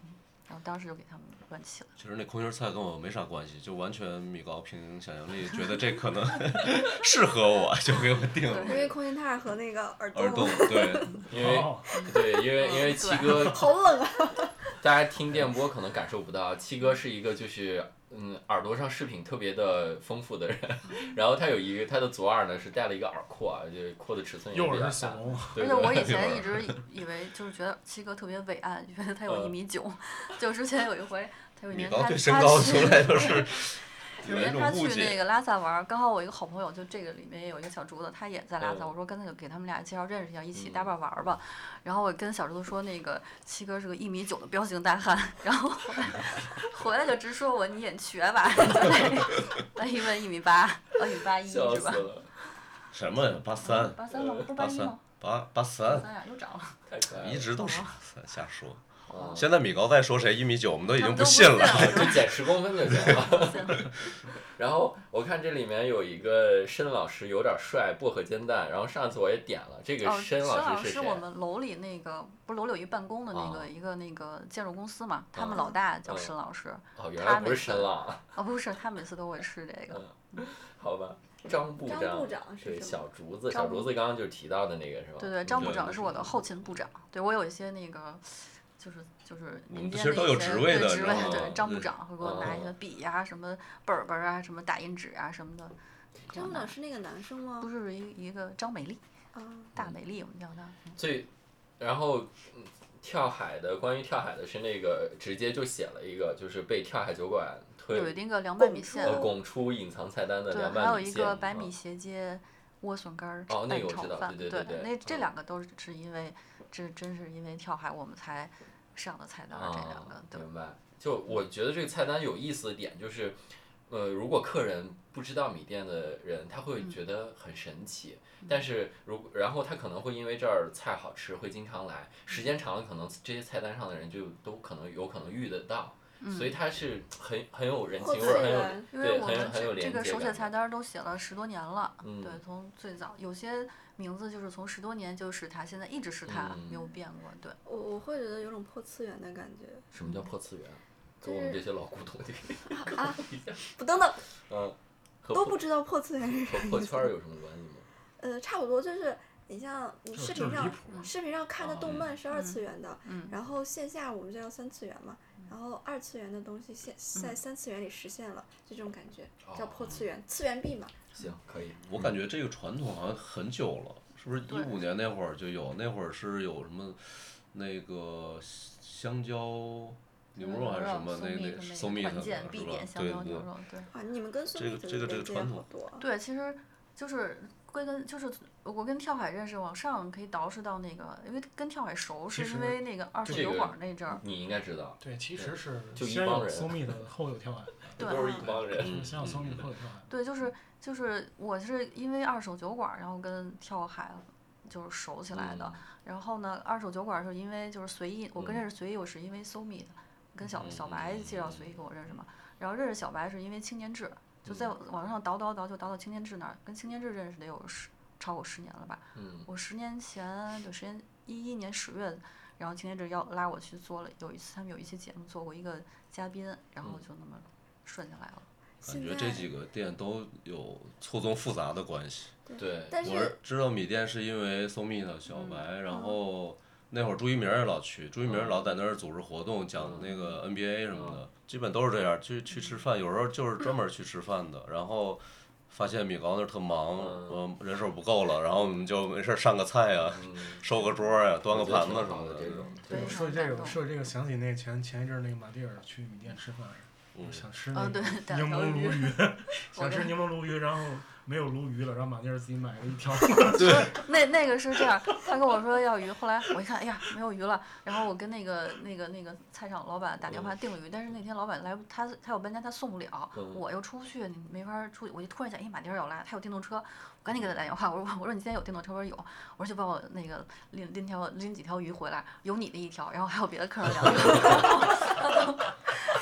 [SPEAKER 6] 嗯，然后当时就给他们乱起了，
[SPEAKER 5] 其实那空心菜跟我没啥关系，就完全米高凭想象力觉得这可能 (laughs) 适合我，就给我定了
[SPEAKER 4] 因为空心菜和那个耳
[SPEAKER 5] 耳
[SPEAKER 4] 洞，。
[SPEAKER 5] 洞对，
[SPEAKER 2] 因为
[SPEAKER 3] 哦
[SPEAKER 2] 对，因为因为
[SPEAKER 6] 嗯
[SPEAKER 2] 七
[SPEAKER 6] 对
[SPEAKER 2] 哥，
[SPEAKER 4] 好冷啊！
[SPEAKER 2] 大家听电波可能感受不到，七哥是一个就是嗯耳朵上饰品特别的丰富的
[SPEAKER 6] (laughs)
[SPEAKER 2] 人，然后他有一个他的左耳呢是戴了一个耳廓啊，就是廓的尺寸也
[SPEAKER 3] 右
[SPEAKER 2] 比较
[SPEAKER 3] 耳是
[SPEAKER 2] 大，
[SPEAKER 3] 怂，
[SPEAKER 2] 对
[SPEAKER 6] 而且我
[SPEAKER 2] 对
[SPEAKER 6] 以前一直以以为就是觉得七哥特别伟岸，觉得他有一
[SPEAKER 2] 嗯
[SPEAKER 6] 米九，就之前有一回，他有一
[SPEAKER 5] 米
[SPEAKER 6] 年
[SPEAKER 5] 高
[SPEAKER 6] 他
[SPEAKER 5] 对身
[SPEAKER 6] 他
[SPEAKER 5] 高
[SPEAKER 6] 去
[SPEAKER 5] 从来都是
[SPEAKER 6] 有
[SPEAKER 5] 有一
[SPEAKER 6] 年
[SPEAKER 5] 种
[SPEAKER 6] 他去
[SPEAKER 5] 误
[SPEAKER 6] 那
[SPEAKER 5] 解。
[SPEAKER 6] 个拉萨玩儿，刚好我一个好朋友，就这个里面也有一个小竹子，他也在拉萨。
[SPEAKER 2] 嗯
[SPEAKER 6] 我说干脆就给他们俩介绍认识一下，一起搭
[SPEAKER 2] 嗯
[SPEAKER 6] 伴儿玩儿吧。然后我跟小竹子说，那个七哥是个一米九的彪形大汉，然后回来回来就直说我你眼瘸吧，就那个。那一问一米八，哦一米八一是
[SPEAKER 2] 笑死
[SPEAKER 6] 吧？
[SPEAKER 2] 了，
[SPEAKER 5] 什么呀？八三，
[SPEAKER 6] 八三吗？不是
[SPEAKER 5] 八
[SPEAKER 6] 一吗
[SPEAKER 5] 三？，八八
[SPEAKER 6] 八
[SPEAKER 5] 三，
[SPEAKER 6] 三呀，又涨了。
[SPEAKER 2] 太可爱了，
[SPEAKER 5] 一直都
[SPEAKER 6] 哦
[SPEAKER 5] 是瞎说。
[SPEAKER 2] 啊
[SPEAKER 5] 现在米高再说谁一米九，我们都已
[SPEAKER 6] 他
[SPEAKER 5] 经
[SPEAKER 6] 们都不
[SPEAKER 5] 信了。
[SPEAKER 2] 就减十公分就行了。
[SPEAKER 6] 信了
[SPEAKER 2] (laughs) 然后我看这里面有一个申老师有点帅，薄荷煎蛋。然后上次我也点了这个
[SPEAKER 6] 哦，
[SPEAKER 2] 申老师
[SPEAKER 6] 师
[SPEAKER 2] 是谁？
[SPEAKER 6] 我们楼里那个，不是楼里有一办公的那个、
[SPEAKER 2] 哦
[SPEAKER 6] 一个那个建筑公司嘛，他们
[SPEAKER 2] 嗯
[SPEAKER 5] 哦
[SPEAKER 6] 老大叫
[SPEAKER 2] 嗯
[SPEAKER 6] 申老师。
[SPEAKER 2] 哦，原来不是申浪，
[SPEAKER 6] 哦，不是，他每次都会吃这
[SPEAKER 5] 哦
[SPEAKER 6] 个。
[SPEAKER 2] 好吧？张部
[SPEAKER 4] 张部长是
[SPEAKER 2] 对
[SPEAKER 4] 什么
[SPEAKER 2] 小竹子，
[SPEAKER 6] 张
[SPEAKER 2] 小竹子刚刚就是提到的那个是吧？嗯
[SPEAKER 6] 对对，张部
[SPEAKER 5] 对
[SPEAKER 6] 长
[SPEAKER 5] 对
[SPEAKER 6] 是我的后勤部长，对我有一些那个，就是就是
[SPEAKER 5] 我们
[SPEAKER 6] 民
[SPEAKER 5] 其
[SPEAKER 6] 间
[SPEAKER 5] 实
[SPEAKER 6] 的
[SPEAKER 5] 都
[SPEAKER 6] 一
[SPEAKER 5] 有
[SPEAKER 6] 些
[SPEAKER 5] 职位
[SPEAKER 6] 对
[SPEAKER 5] 的
[SPEAKER 6] 职
[SPEAKER 5] 知
[SPEAKER 6] 位
[SPEAKER 5] 道吗，
[SPEAKER 6] 对张部
[SPEAKER 5] 对哦
[SPEAKER 6] 长会给我拿一些笔呀、什么本儿本儿啊、什么打印纸啊什么的。给
[SPEAKER 4] (laughs)
[SPEAKER 6] 我
[SPEAKER 4] 张部
[SPEAKER 6] 拿
[SPEAKER 4] 长是那个男生
[SPEAKER 6] 不
[SPEAKER 4] 吗？
[SPEAKER 6] 是一一个张美丽，
[SPEAKER 4] 啊，
[SPEAKER 6] 大美丽，我们叫她。嗯
[SPEAKER 2] 最，然后嗯跳海的关于跳海的是那个直接就写了一个，就是被跳海酒馆推
[SPEAKER 6] 有一个凉拌米
[SPEAKER 4] 拱出
[SPEAKER 6] 线，
[SPEAKER 2] 呃拱出隐藏菜单的
[SPEAKER 6] 对，
[SPEAKER 2] 凉
[SPEAKER 6] 还有
[SPEAKER 2] 拌米
[SPEAKER 6] 一
[SPEAKER 2] 线，
[SPEAKER 6] 个白米
[SPEAKER 2] 嗯
[SPEAKER 6] 斜街莴笋干儿
[SPEAKER 2] 哦那
[SPEAKER 6] 拌
[SPEAKER 2] 个我
[SPEAKER 6] 炒
[SPEAKER 2] 知道
[SPEAKER 6] 饭，
[SPEAKER 2] 对对对对
[SPEAKER 6] 那这
[SPEAKER 2] 嗯
[SPEAKER 6] 两个都是是因为这真是因为跳海我们才上的菜单儿，这两个
[SPEAKER 2] 啊
[SPEAKER 6] 对。
[SPEAKER 2] 明白。就我觉得这个菜单有意思的点就是，呃，如果客人不知道米店的人，他会
[SPEAKER 6] 嗯
[SPEAKER 2] 觉得很神奇。但是如果然后他可能会因为这儿菜好吃，会经常来。时间长了，可能这些菜单上的人就都可能有可能遇得到，
[SPEAKER 6] 嗯
[SPEAKER 2] 所以它是很很有人
[SPEAKER 4] 后
[SPEAKER 2] 情味
[SPEAKER 4] 自
[SPEAKER 2] 儿，很有
[SPEAKER 4] 然，
[SPEAKER 6] 因为
[SPEAKER 2] 对
[SPEAKER 6] 我
[SPEAKER 2] 很有
[SPEAKER 6] 们
[SPEAKER 2] 很有
[SPEAKER 6] 这这
[SPEAKER 2] 连
[SPEAKER 6] 个
[SPEAKER 2] 接
[SPEAKER 6] 手写
[SPEAKER 2] 感
[SPEAKER 6] 菜单儿都写了十多年了，
[SPEAKER 2] 嗯
[SPEAKER 6] 对，从最早有些名字就是从十多年就是它，现在一直是它，
[SPEAKER 2] 嗯
[SPEAKER 6] 没有变过。对，
[SPEAKER 4] 我我会觉得有种破次元的感觉。
[SPEAKER 2] 什么叫破次元？跟我们这些老古董的
[SPEAKER 6] (laughs)
[SPEAKER 4] 不，等等，
[SPEAKER 2] 嗯，和
[SPEAKER 4] 都
[SPEAKER 2] 破
[SPEAKER 4] 不知道破次元是
[SPEAKER 2] 和
[SPEAKER 4] 啥
[SPEAKER 2] 破
[SPEAKER 4] 意思
[SPEAKER 2] 圈。儿有什么关系吗？
[SPEAKER 4] 呃，差不多就是你像你
[SPEAKER 3] 就是
[SPEAKER 4] 视
[SPEAKER 3] 就
[SPEAKER 4] 频
[SPEAKER 3] 是
[SPEAKER 4] 上
[SPEAKER 3] 离谱，
[SPEAKER 4] 视频上看的
[SPEAKER 2] 啊
[SPEAKER 4] 动漫是二
[SPEAKER 6] 嗯
[SPEAKER 4] 次元的，
[SPEAKER 6] 嗯，
[SPEAKER 4] 然后线下我们就叫三次元嘛，然后二次元的东西现在三次元里实现了，就这种感觉
[SPEAKER 2] 哦
[SPEAKER 4] 叫破次元，次元壁嘛。
[SPEAKER 2] 行，可以。
[SPEAKER 5] 我感觉这个传统好像很久了，是不是一
[SPEAKER 6] 对
[SPEAKER 5] 五年那会儿就有？那会儿是有什么那个香蕉牛肉还是什么？那那
[SPEAKER 6] 嗯松
[SPEAKER 5] 蜜
[SPEAKER 6] 蜜
[SPEAKER 5] 的
[SPEAKER 6] 的那
[SPEAKER 5] 是吧
[SPEAKER 6] 个团建？必点香
[SPEAKER 5] 对
[SPEAKER 6] 蕉
[SPEAKER 5] 对
[SPEAKER 6] 牛。肉，对
[SPEAKER 4] 啊，你们跟孙
[SPEAKER 5] 这
[SPEAKER 4] 俪
[SPEAKER 5] 个
[SPEAKER 4] 的
[SPEAKER 5] 这个这个
[SPEAKER 4] 连接
[SPEAKER 5] 传
[SPEAKER 4] 好
[SPEAKER 5] 统
[SPEAKER 4] 多啊。
[SPEAKER 6] 对，其实就是归根就是我跟跳海认识，往上可以倒饬到那个，因为跟跳海熟是
[SPEAKER 3] 其
[SPEAKER 6] 因
[SPEAKER 3] 实
[SPEAKER 6] 为那个二手
[SPEAKER 2] 这
[SPEAKER 6] 酒
[SPEAKER 2] 个嗯
[SPEAKER 6] 馆儿那阵儿，
[SPEAKER 2] 你应该知道，
[SPEAKER 3] 对，其实是
[SPEAKER 2] 就一
[SPEAKER 3] 先
[SPEAKER 2] 帮
[SPEAKER 3] 有
[SPEAKER 2] 人
[SPEAKER 3] 松密的，后有
[SPEAKER 2] (laughs)
[SPEAKER 3] 跳海，
[SPEAKER 6] 对
[SPEAKER 2] 都是
[SPEAKER 6] 啊
[SPEAKER 2] 一帮人。
[SPEAKER 3] 就是先有松密的，后有跳海。
[SPEAKER 6] 对，就是就是我是因为二手酒馆儿，然后跟跳海就是熟起来的。然后呢，二手酒馆儿是因为就是随意，我跟
[SPEAKER 2] 嗯
[SPEAKER 6] 认识随意，我是因为 SoMe 的，跟小小
[SPEAKER 5] 嗯
[SPEAKER 6] 白
[SPEAKER 5] 嗯
[SPEAKER 6] 介绍随意给我认识嘛。然后认识小白是因为青年志，就在网上倒倒倒就倒到青年志那儿，跟青年志认识得有十超过十年了吧？
[SPEAKER 2] 嗯，
[SPEAKER 6] 我十年前就十年一一年十月，然后青年志要拉我去做了，有一次他们有一期节目做过一个嘉宾，然后
[SPEAKER 2] 嗯
[SPEAKER 6] 就那么顺下来了。
[SPEAKER 5] 感
[SPEAKER 4] 现
[SPEAKER 5] 觉
[SPEAKER 4] 在
[SPEAKER 5] 这几个店都有错综复杂的关系。
[SPEAKER 2] 对，
[SPEAKER 4] 但
[SPEAKER 5] 我
[SPEAKER 4] 是
[SPEAKER 5] 是知道米店是因为搜蜜的小白，然后那会儿朱一鸣也老去，朱一鸣老在那儿组织活动，讲那个 NBA 什么的，基本都是这样，去去吃饭，有时候就是专门去吃饭的，然后。发现米高那儿特忙，
[SPEAKER 2] 嗯
[SPEAKER 5] 嗯，人手不够了，然后我们就没事儿上个菜呀、
[SPEAKER 2] 嗯，
[SPEAKER 5] (laughs)
[SPEAKER 2] (laughs)
[SPEAKER 5] 收个桌呀、端
[SPEAKER 2] 我
[SPEAKER 5] 个
[SPEAKER 2] 觉得
[SPEAKER 5] 盘
[SPEAKER 2] 挺
[SPEAKER 5] 子什
[SPEAKER 2] 好
[SPEAKER 5] 么
[SPEAKER 2] 的
[SPEAKER 5] 的
[SPEAKER 2] 这。种。
[SPEAKER 6] 非常
[SPEAKER 3] 说起这
[SPEAKER 6] 感
[SPEAKER 3] 个，
[SPEAKER 6] 动
[SPEAKER 3] 说起这个，想起那前前一阵儿那个马蒂尔去米店吃饭，
[SPEAKER 5] 嗯
[SPEAKER 3] 想吃那
[SPEAKER 6] 嗯，
[SPEAKER 3] 个 (laughs)
[SPEAKER 6] 对，
[SPEAKER 3] 柠
[SPEAKER 6] 然后
[SPEAKER 3] 檬鲈鱼，想吃
[SPEAKER 6] 跟
[SPEAKER 3] 柠檬鲈鱼，然后没有鲈鱼了，然后马蒂尔自己买了一条。
[SPEAKER 6] (laughs) 那那个是这样，他跟我说要鱼，后来我一看，哎呀，没有鱼了。然后我跟那个那个那个菜场老板打电话订了鱼，但是那天老板来不，他他有搬家，他送不了，
[SPEAKER 2] 嗯
[SPEAKER 6] 我又出不去，你没法儿出去。我就突然想，哎，马丁要来，他有电动车，我赶紧给他打电话，我说我说你今天有电动车？他说有，我说就帮我那个拎拎条拎几条鱼回来，有你的一条，然后还有别的客人两条。 (laughs)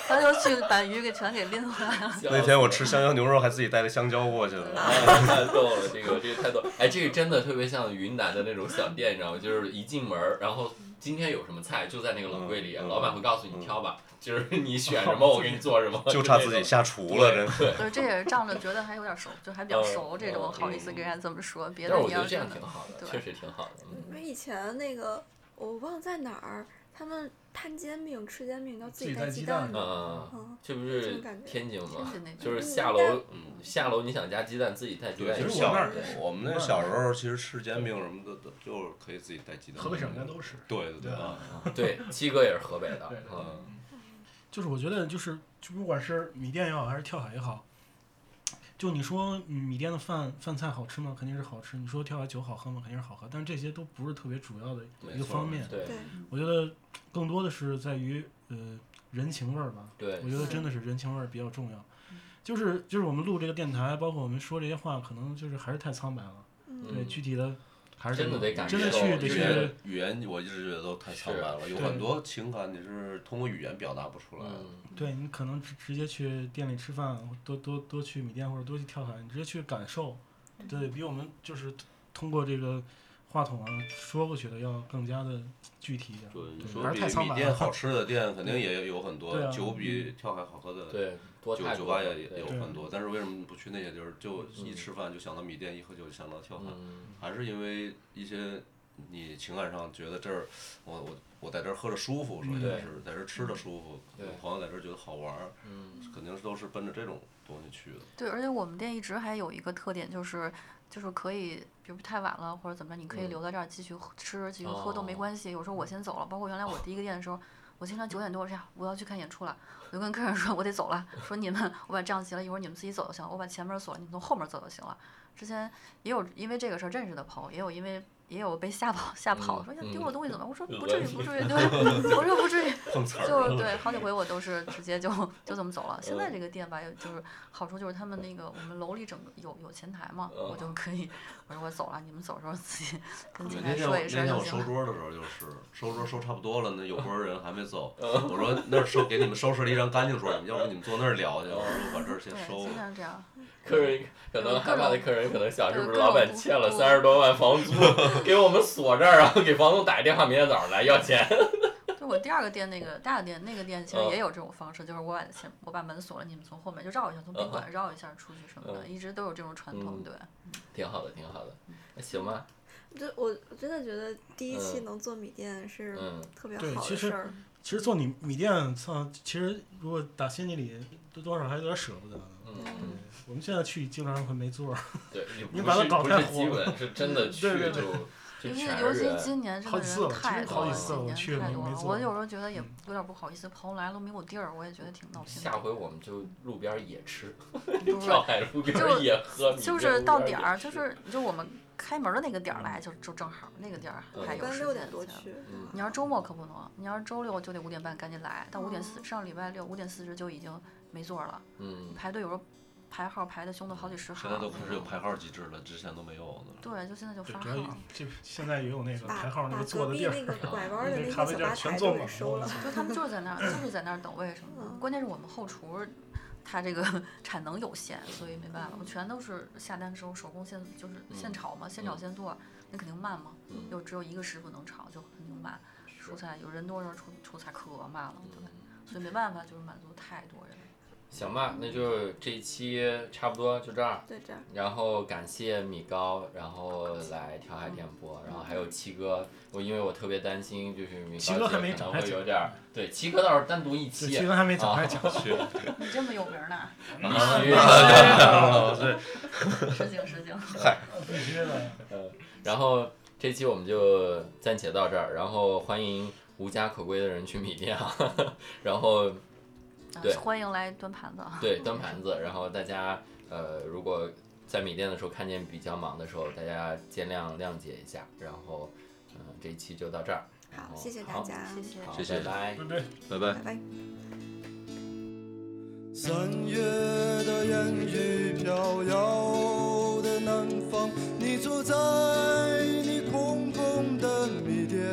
[SPEAKER 6] 他就去把鱼给全给拎回来了。 (laughs)
[SPEAKER 5] (laughs) 那
[SPEAKER 2] (laughs)
[SPEAKER 5] 天我吃香蕉牛肉，还自己带了香蕉过去了。
[SPEAKER 2] 啊太逗了，这个这个太
[SPEAKER 5] (laughs)
[SPEAKER 2] 逗，哎，这个真的特别像云南的那种小店，你知道吗？就是一进门儿，然后今天有什么菜就在那个冷柜里，
[SPEAKER 5] 嗯嗯嗯
[SPEAKER 2] 老板会告诉你挑吧，就是 (laughs) 你选什么
[SPEAKER 3] 哦
[SPEAKER 2] 我给你做什么，
[SPEAKER 5] (laughs) 就差自己下厨了，真
[SPEAKER 2] 对。
[SPEAKER 6] 对，这也是仗着觉得还有点熟，就还比较
[SPEAKER 2] 嗯
[SPEAKER 6] 熟，这种
[SPEAKER 2] 嗯
[SPEAKER 6] 好意思跟人家这么说。别
[SPEAKER 2] 但
[SPEAKER 6] 的
[SPEAKER 2] 是我
[SPEAKER 6] 你
[SPEAKER 2] 觉
[SPEAKER 6] 要
[SPEAKER 2] 得这样
[SPEAKER 6] 真的
[SPEAKER 2] 挺好的，
[SPEAKER 6] 对
[SPEAKER 2] 确实挺好的。嗯
[SPEAKER 4] 因为以前那个我忘了在哪儿，他们摊煎饼、吃煎饼要自
[SPEAKER 3] 自己带
[SPEAKER 4] 带
[SPEAKER 3] 鸡
[SPEAKER 4] 蛋
[SPEAKER 3] 蛋
[SPEAKER 4] 的。
[SPEAKER 2] 嗯，
[SPEAKER 4] 嗯，
[SPEAKER 2] 这不
[SPEAKER 4] 这
[SPEAKER 2] 是
[SPEAKER 4] 种感觉
[SPEAKER 2] 天津吗
[SPEAKER 6] 天津那？边
[SPEAKER 2] 就是
[SPEAKER 4] 嗯
[SPEAKER 2] 下
[SPEAKER 4] 应该
[SPEAKER 2] 楼，下楼你想加鸡蛋自己带鸡
[SPEAKER 5] 对，
[SPEAKER 2] 蛋
[SPEAKER 5] 其
[SPEAKER 2] 也
[SPEAKER 5] 实
[SPEAKER 2] 行。
[SPEAKER 5] 小
[SPEAKER 3] 那儿也
[SPEAKER 5] 我们那小时候其实吃煎饼什么的，都就是可以自己带鸡蛋。
[SPEAKER 3] 河北省应该都是。
[SPEAKER 5] 对对对啊，
[SPEAKER 2] 对，七哥也是河北的
[SPEAKER 3] 对，
[SPEAKER 2] 嗯，
[SPEAKER 3] 就是我觉得就是就不管是米店也好，还是跳海也好，就你说米店的饭饭菜好吃吗？肯定是好吃。你说跳海酒好喝吗？肯定是好喝。但这些都不是特别主要的一
[SPEAKER 2] 没
[SPEAKER 3] 个
[SPEAKER 2] 错
[SPEAKER 3] 方面。
[SPEAKER 2] 对
[SPEAKER 4] 对
[SPEAKER 3] 我觉得更多的是在于呃人情味儿吧。
[SPEAKER 2] 对嗯
[SPEAKER 3] 我觉得真的是人情味儿比较重要。就是就是我们录这个电台，包括我们说这些话，可能就是还是太苍白了。对，
[SPEAKER 2] 嗯
[SPEAKER 3] 具体的还是
[SPEAKER 2] 真的得感
[SPEAKER 3] 真的
[SPEAKER 2] 受
[SPEAKER 3] 去得
[SPEAKER 5] 语
[SPEAKER 2] 是
[SPEAKER 3] 去
[SPEAKER 5] 言语言，我一直觉得都太苍白了，有
[SPEAKER 3] 对
[SPEAKER 5] 很多情感你是通过语言表达不出来的。
[SPEAKER 2] 嗯，
[SPEAKER 3] 对你可能直直接去店里吃饭，多多多去米店或者多去跳海，你直接去感受，对比我们就是通过这个话筒啊说过去的要更加的具体一点。
[SPEAKER 5] 对，你
[SPEAKER 3] 对
[SPEAKER 5] 说
[SPEAKER 3] 还
[SPEAKER 5] 比
[SPEAKER 3] 是太苍
[SPEAKER 5] 米
[SPEAKER 3] 白
[SPEAKER 5] 店
[SPEAKER 3] 了
[SPEAKER 5] 好吃的店，肯定也有很
[SPEAKER 3] 对
[SPEAKER 5] 多，
[SPEAKER 3] 啊
[SPEAKER 5] 酒比跳海好喝的，
[SPEAKER 2] 对，多
[SPEAKER 5] 酒
[SPEAKER 2] 太
[SPEAKER 5] 酒
[SPEAKER 2] 多
[SPEAKER 5] 吧
[SPEAKER 2] 了
[SPEAKER 5] 也也
[SPEAKER 2] 对
[SPEAKER 5] 有嗯很多。但是为什么不去那些地儿？就
[SPEAKER 3] 嗯
[SPEAKER 5] 一吃饭就想到米店，一喝酒就想到跳海，
[SPEAKER 2] 嗯，
[SPEAKER 5] 还是因为一些你情感上觉得这儿，我我我在这儿喝着舒服，首
[SPEAKER 3] 嗯
[SPEAKER 5] 先
[SPEAKER 2] 对
[SPEAKER 5] 是在这儿吃的舒服，
[SPEAKER 2] 对
[SPEAKER 5] 有朋友在这儿觉得好玩儿，
[SPEAKER 2] 嗯
[SPEAKER 5] 肯定是都是奔着这种东西去的。
[SPEAKER 6] 对，而且我们店一直还有一个特点，就是就是可以，比如太晚了或者怎么着，你可以
[SPEAKER 2] 嗯
[SPEAKER 6] 留在这儿继续喝吃、继续喝都没
[SPEAKER 2] 哦
[SPEAKER 6] 关系。有时候我先走了，包括原来我第一个店的时候，我经常九点多我说呀，我要去看演出了，我就跟客人说我得走了，说你们我把账结了，一会儿你们自己走就行，我把前门锁了，你们从后门走就行了。之前也有因为这个事儿认识的朋友，也有因为也有被吓跑吓跑，
[SPEAKER 2] 嗯
[SPEAKER 6] 说呀
[SPEAKER 2] 嗯
[SPEAKER 6] 丢我东西怎么办？我说
[SPEAKER 5] 恶
[SPEAKER 6] 不至于，
[SPEAKER 5] 心
[SPEAKER 6] 不至于， (laughs) 对，我说不至于，
[SPEAKER 5] 碰瓷儿
[SPEAKER 6] 就
[SPEAKER 5] 了。
[SPEAKER 6] 对，好几回我都是直接就就这么走了。现在这个店吧，有就是好处就是他们那个我们楼里整个有有前台嘛，我就可以我说我走了，你们走的时候自己跟前
[SPEAKER 5] 那
[SPEAKER 6] 台
[SPEAKER 5] 天
[SPEAKER 6] 说
[SPEAKER 5] 我
[SPEAKER 6] 一
[SPEAKER 5] 那
[SPEAKER 6] 声
[SPEAKER 5] 天
[SPEAKER 6] 就
[SPEAKER 5] 我
[SPEAKER 6] 行
[SPEAKER 5] 收
[SPEAKER 6] 了。
[SPEAKER 5] 桌的时候就是收桌收差不多了，那有波人还没走，我说那儿收给你们收拾了一张干净桌，你们要不你们坐那儿聊去，我说我把这儿先
[SPEAKER 6] 对，
[SPEAKER 5] 收
[SPEAKER 6] 经
[SPEAKER 5] 了。
[SPEAKER 6] 常这样。
[SPEAKER 2] 客人可能害怕的客人可能想，
[SPEAKER 6] 有
[SPEAKER 2] 是
[SPEAKER 6] 各
[SPEAKER 2] 不
[SPEAKER 6] 种
[SPEAKER 2] 是老板欠了三十多万房租， (laughs) 给我们锁这儿，然后给房东打个电话，明天早上来要钱。 (laughs)
[SPEAKER 6] 就我第二个店那个大的店，那个店其实也有这种方式，就是我把前我把门锁了，你们从后面就绕一下，从宾馆绕一下出去什么的，
[SPEAKER 2] 嗯
[SPEAKER 6] 一直都有这种传统。
[SPEAKER 2] 嗯
[SPEAKER 6] 对，
[SPEAKER 2] 挺好的，挺好的，那行吧，
[SPEAKER 4] 就我真的觉得第一期
[SPEAKER 2] 嗯
[SPEAKER 4] 能做米店是
[SPEAKER 2] 嗯
[SPEAKER 4] 特别
[SPEAKER 3] 对
[SPEAKER 4] 好
[SPEAKER 3] 其
[SPEAKER 4] 的
[SPEAKER 3] 实
[SPEAKER 4] 事儿。
[SPEAKER 3] 其实做米米店，操，其实如果打心底里多多少还有点舍不得呢。
[SPEAKER 2] 嗯，
[SPEAKER 3] 对我们现在去经常会没座儿，
[SPEAKER 2] 对，你
[SPEAKER 3] 你
[SPEAKER 2] 不
[SPEAKER 3] 把它
[SPEAKER 2] 是
[SPEAKER 3] 搞
[SPEAKER 2] 不
[SPEAKER 3] 太
[SPEAKER 2] 是
[SPEAKER 3] 火
[SPEAKER 2] 基
[SPEAKER 3] 了
[SPEAKER 2] 本是真的去就
[SPEAKER 3] 对对对
[SPEAKER 2] 就
[SPEAKER 6] (laughs) 尤其
[SPEAKER 2] 全
[SPEAKER 6] 尤
[SPEAKER 2] 是
[SPEAKER 6] 其
[SPEAKER 2] 人，
[SPEAKER 6] 今年真
[SPEAKER 3] 好
[SPEAKER 6] 的
[SPEAKER 3] 几次了
[SPEAKER 6] 人
[SPEAKER 3] 其实
[SPEAKER 6] 太多
[SPEAKER 2] 好几
[SPEAKER 6] 了，
[SPEAKER 2] 次
[SPEAKER 3] 了我
[SPEAKER 6] 今
[SPEAKER 3] 去
[SPEAKER 6] 年
[SPEAKER 3] 了
[SPEAKER 6] 太
[SPEAKER 3] 没
[SPEAKER 6] 多了。
[SPEAKER 3] 做
[SPEAKER 6] 我有时候觉得也有点不好意思，朋友来都没有地儿，我也觉得挺闹心的。
[SPEAKER 2] 下回我们就路边儿野吃，
[SPEAKER 6] 不是
[SPEAKER 2] 上海路边儿
[SPEAKER 6] 就
[SPEAKER 2] 野喝，米
[SPEAKER 6] 就
[SPEAKER 2] 店
[SPEAKER 6] 是
[SPEAKER 2] 路
[SPEAKER 6] 到
[SPEAKER 2] 边
[SPEAKER 6] 点
[SPEAKER 2] 野
[SPEAKER 6] 儿，
[SPEAKER 2] 吃
[SPEAKER 6] 就是就我们开门的那个点儿来，就就正好那个点儿
[SPEAKER 2] 嗯
[SPEAKER 6] 还
[SPEAKER 4] 一
[SPEAKER 6] 有
[SPEAKER 4] 般
[SPEAKER 6] 时
[SPEAKER 4] 六
[SPEAKER 6] 间
[SPEAKER 4] 点多
[SPEAKER 6] 在
[SPEAKER 4] 去，
[SPEAKER 2] 嗯
[SPEAKER 6] 你要周末可不能，你要是周六就得五点半赶紧来，到五点四
[SPEAKER 4] 哦
[SPEAKER 6] 上礼拜六五点四十就已经没座儿了，
[SPEAKER 2] 嗯，
[SPEAKER 6] 排队有时候排号排的凶的好几十号
[SPEAKER 5] 现
[SPEAKER 6] 那
[SPEAKER 5] 在
[SPEAKER 6] 种。
[SPEAKER 5] 都开始有排号机制了，之前都没有呢。
[SPEAKER 6] 对，就现在就
[SPEAKER 3] 对
[SPEAKER 6] 发，
[SPEAKER 3] 主要
[SPEAKER 6] 号，
[SPEAKER 3] 就现在也有那个
[SPEAKER 4] 把
[SPEAKER 3] 排号那
[SPEAKER 4] 把
[SPEAKER 3] 个坐
[SPEAKER 4] 隔
[SPEAKER 3] 的
[SPEAKER 4] 壁
[SPEAKER 3] 地儿，
[SPEAKER 4] 那个拐
[SPEAKER 3] (laughs)
[SPEAKER 4] 弯儿的
[SPEAKER 3] 那
[SPEAKER 4] 那
[SPEAKER 3] 咖
[SPEAKER 4] 小
[SPEAKER 3] 啡
[SPEAKER 4] 吧
[SPEAKER 3] 店
[SPEAKER 4] 台
[SPEAKER 3] 全
[SPEAKER 4] 都
[SPEAKER 3] 坐
[SPEAKER 4] 给
[SPEAKER 3] 满
[SPEAKER 4] 收
[SPEAKER 3] (laughs)
[SPEAKER 4] 了
[SPEAKER 3] 了。。
[SPEAKER 6] 就他们就是在 (laughs) 那儿就是在那儿等位什么的。
[SPEAKER 4] 嗯
[SPEAKER 6] 关键是我们后厨他这个产能有限，所以没办法，我们全都是下单之后手工现就是现
[SPEAKER 2] 嗯
[SPEAKER 6] 炒嘛，现炒
[SPEAKER 2] 嗯
[SPEAKER 6] 现做，那肯定慢嘛。
[SPEAKER 2] 嗯
[SPEAKER 6] 又只有一个师傅能炒，就很牛慢。
[SPEAKER 2] 是
[SPEAKER 6] 出菜有人多人出出菜可慢了，对吧
[SPEAKER 2] 嗯？
[SPEAKER 6] 所以没办法，就是满足太多人。
[SPEAKER 2] 行吧，那就这一期差不多就这样。
[SPEAKER 4] 对，这样
[SPEAKER 2] 然后感谢米高，然后来调海电波，然后还有七哥，我因为我特别担心，就是米
[SPEAKER 3] 七
[SPEAKER 2] 高
[SPEAKER 3] 哥
[SPEAKER 2] 姐
[SPEAKER 3] 还没
[SPEAKER 2] 可能
[SPEAKER 3] 展开
[SPEAKER 2] 会有
[SPEAKER 3] 讲
[SPEAKER 2] 点儿，对，七哥到时候单独一 (laughs)
[SPEAKER 3] 这
[SPEAKER 2] 期，啊
[SPEAKER 3] 气氛还没展开讲，
[SPEAKER 5] 去，
[SPEAKER 6] 你这么有名呢？
[SPEAKER 2] (laughs) 必须。 (laughs)
[SPEAKER 5] 对，
[SPEAKER 6] 失敬失敬。
[SPEAKER 3] 必须的。
[SPEAKER 2] 然后这期我们就暂且到这儿，然后欢迎无家可归的人去米店啊， (laughs) 然后
[SPEAKER 6] 啊
[SPEAKER 2] 对
[SPEAKER 6] 欢迎来端盘子啊！
[SPEAKER 2] 对端盘子，然后大家呃如果在米店的时候看见比较忙的时候，大家见谅谅解一下，然后嗯、呃这一期就到这儿，然
[SPEAKER 4] 好，
[SPEAKER 2] 后
[SPEAKER 4] 谢谢大
[SPEAKER 2] 好
[SPEAKER 4] 家，
[SPEAKER 6] 谢谢。
[SPEAKER 2] 好
[SPEAKER 5] 谢谢
[SPEAKER 2] 拜拜。
[SPEAKER 3] 对对。
[SPEAKER 5] 拜拜
[SPEAKER 4] 拜。拜。
[SPEAKER 7] 三月的烟雨飘摇的南方，你坐在你空空的米店，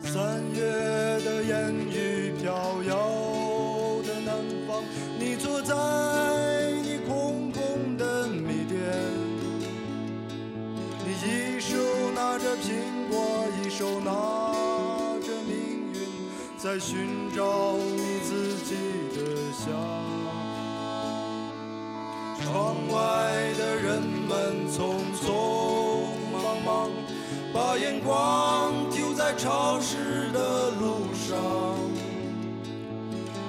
[SPEAKER 7] 三月的烟雨飘摇的南方，你坐在你空空的米店，你一手拿着苹果，一手拿着命运，在寻找你自己的香。窗外的人们匆匆忙忙，把眼光丢在潮湿的路上。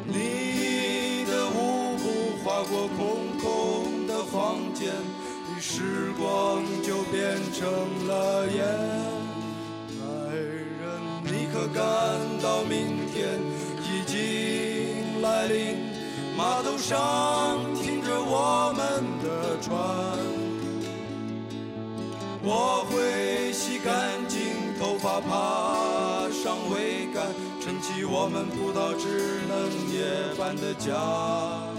[SPEAKER 7] 你的舞步划过空空的房间，时光就变成了烟。爱人，你可感到明天已经来临？码头上停着我们的船，我会洗干净头发，爬上桅杆，撑起我们不到只能夜半的家。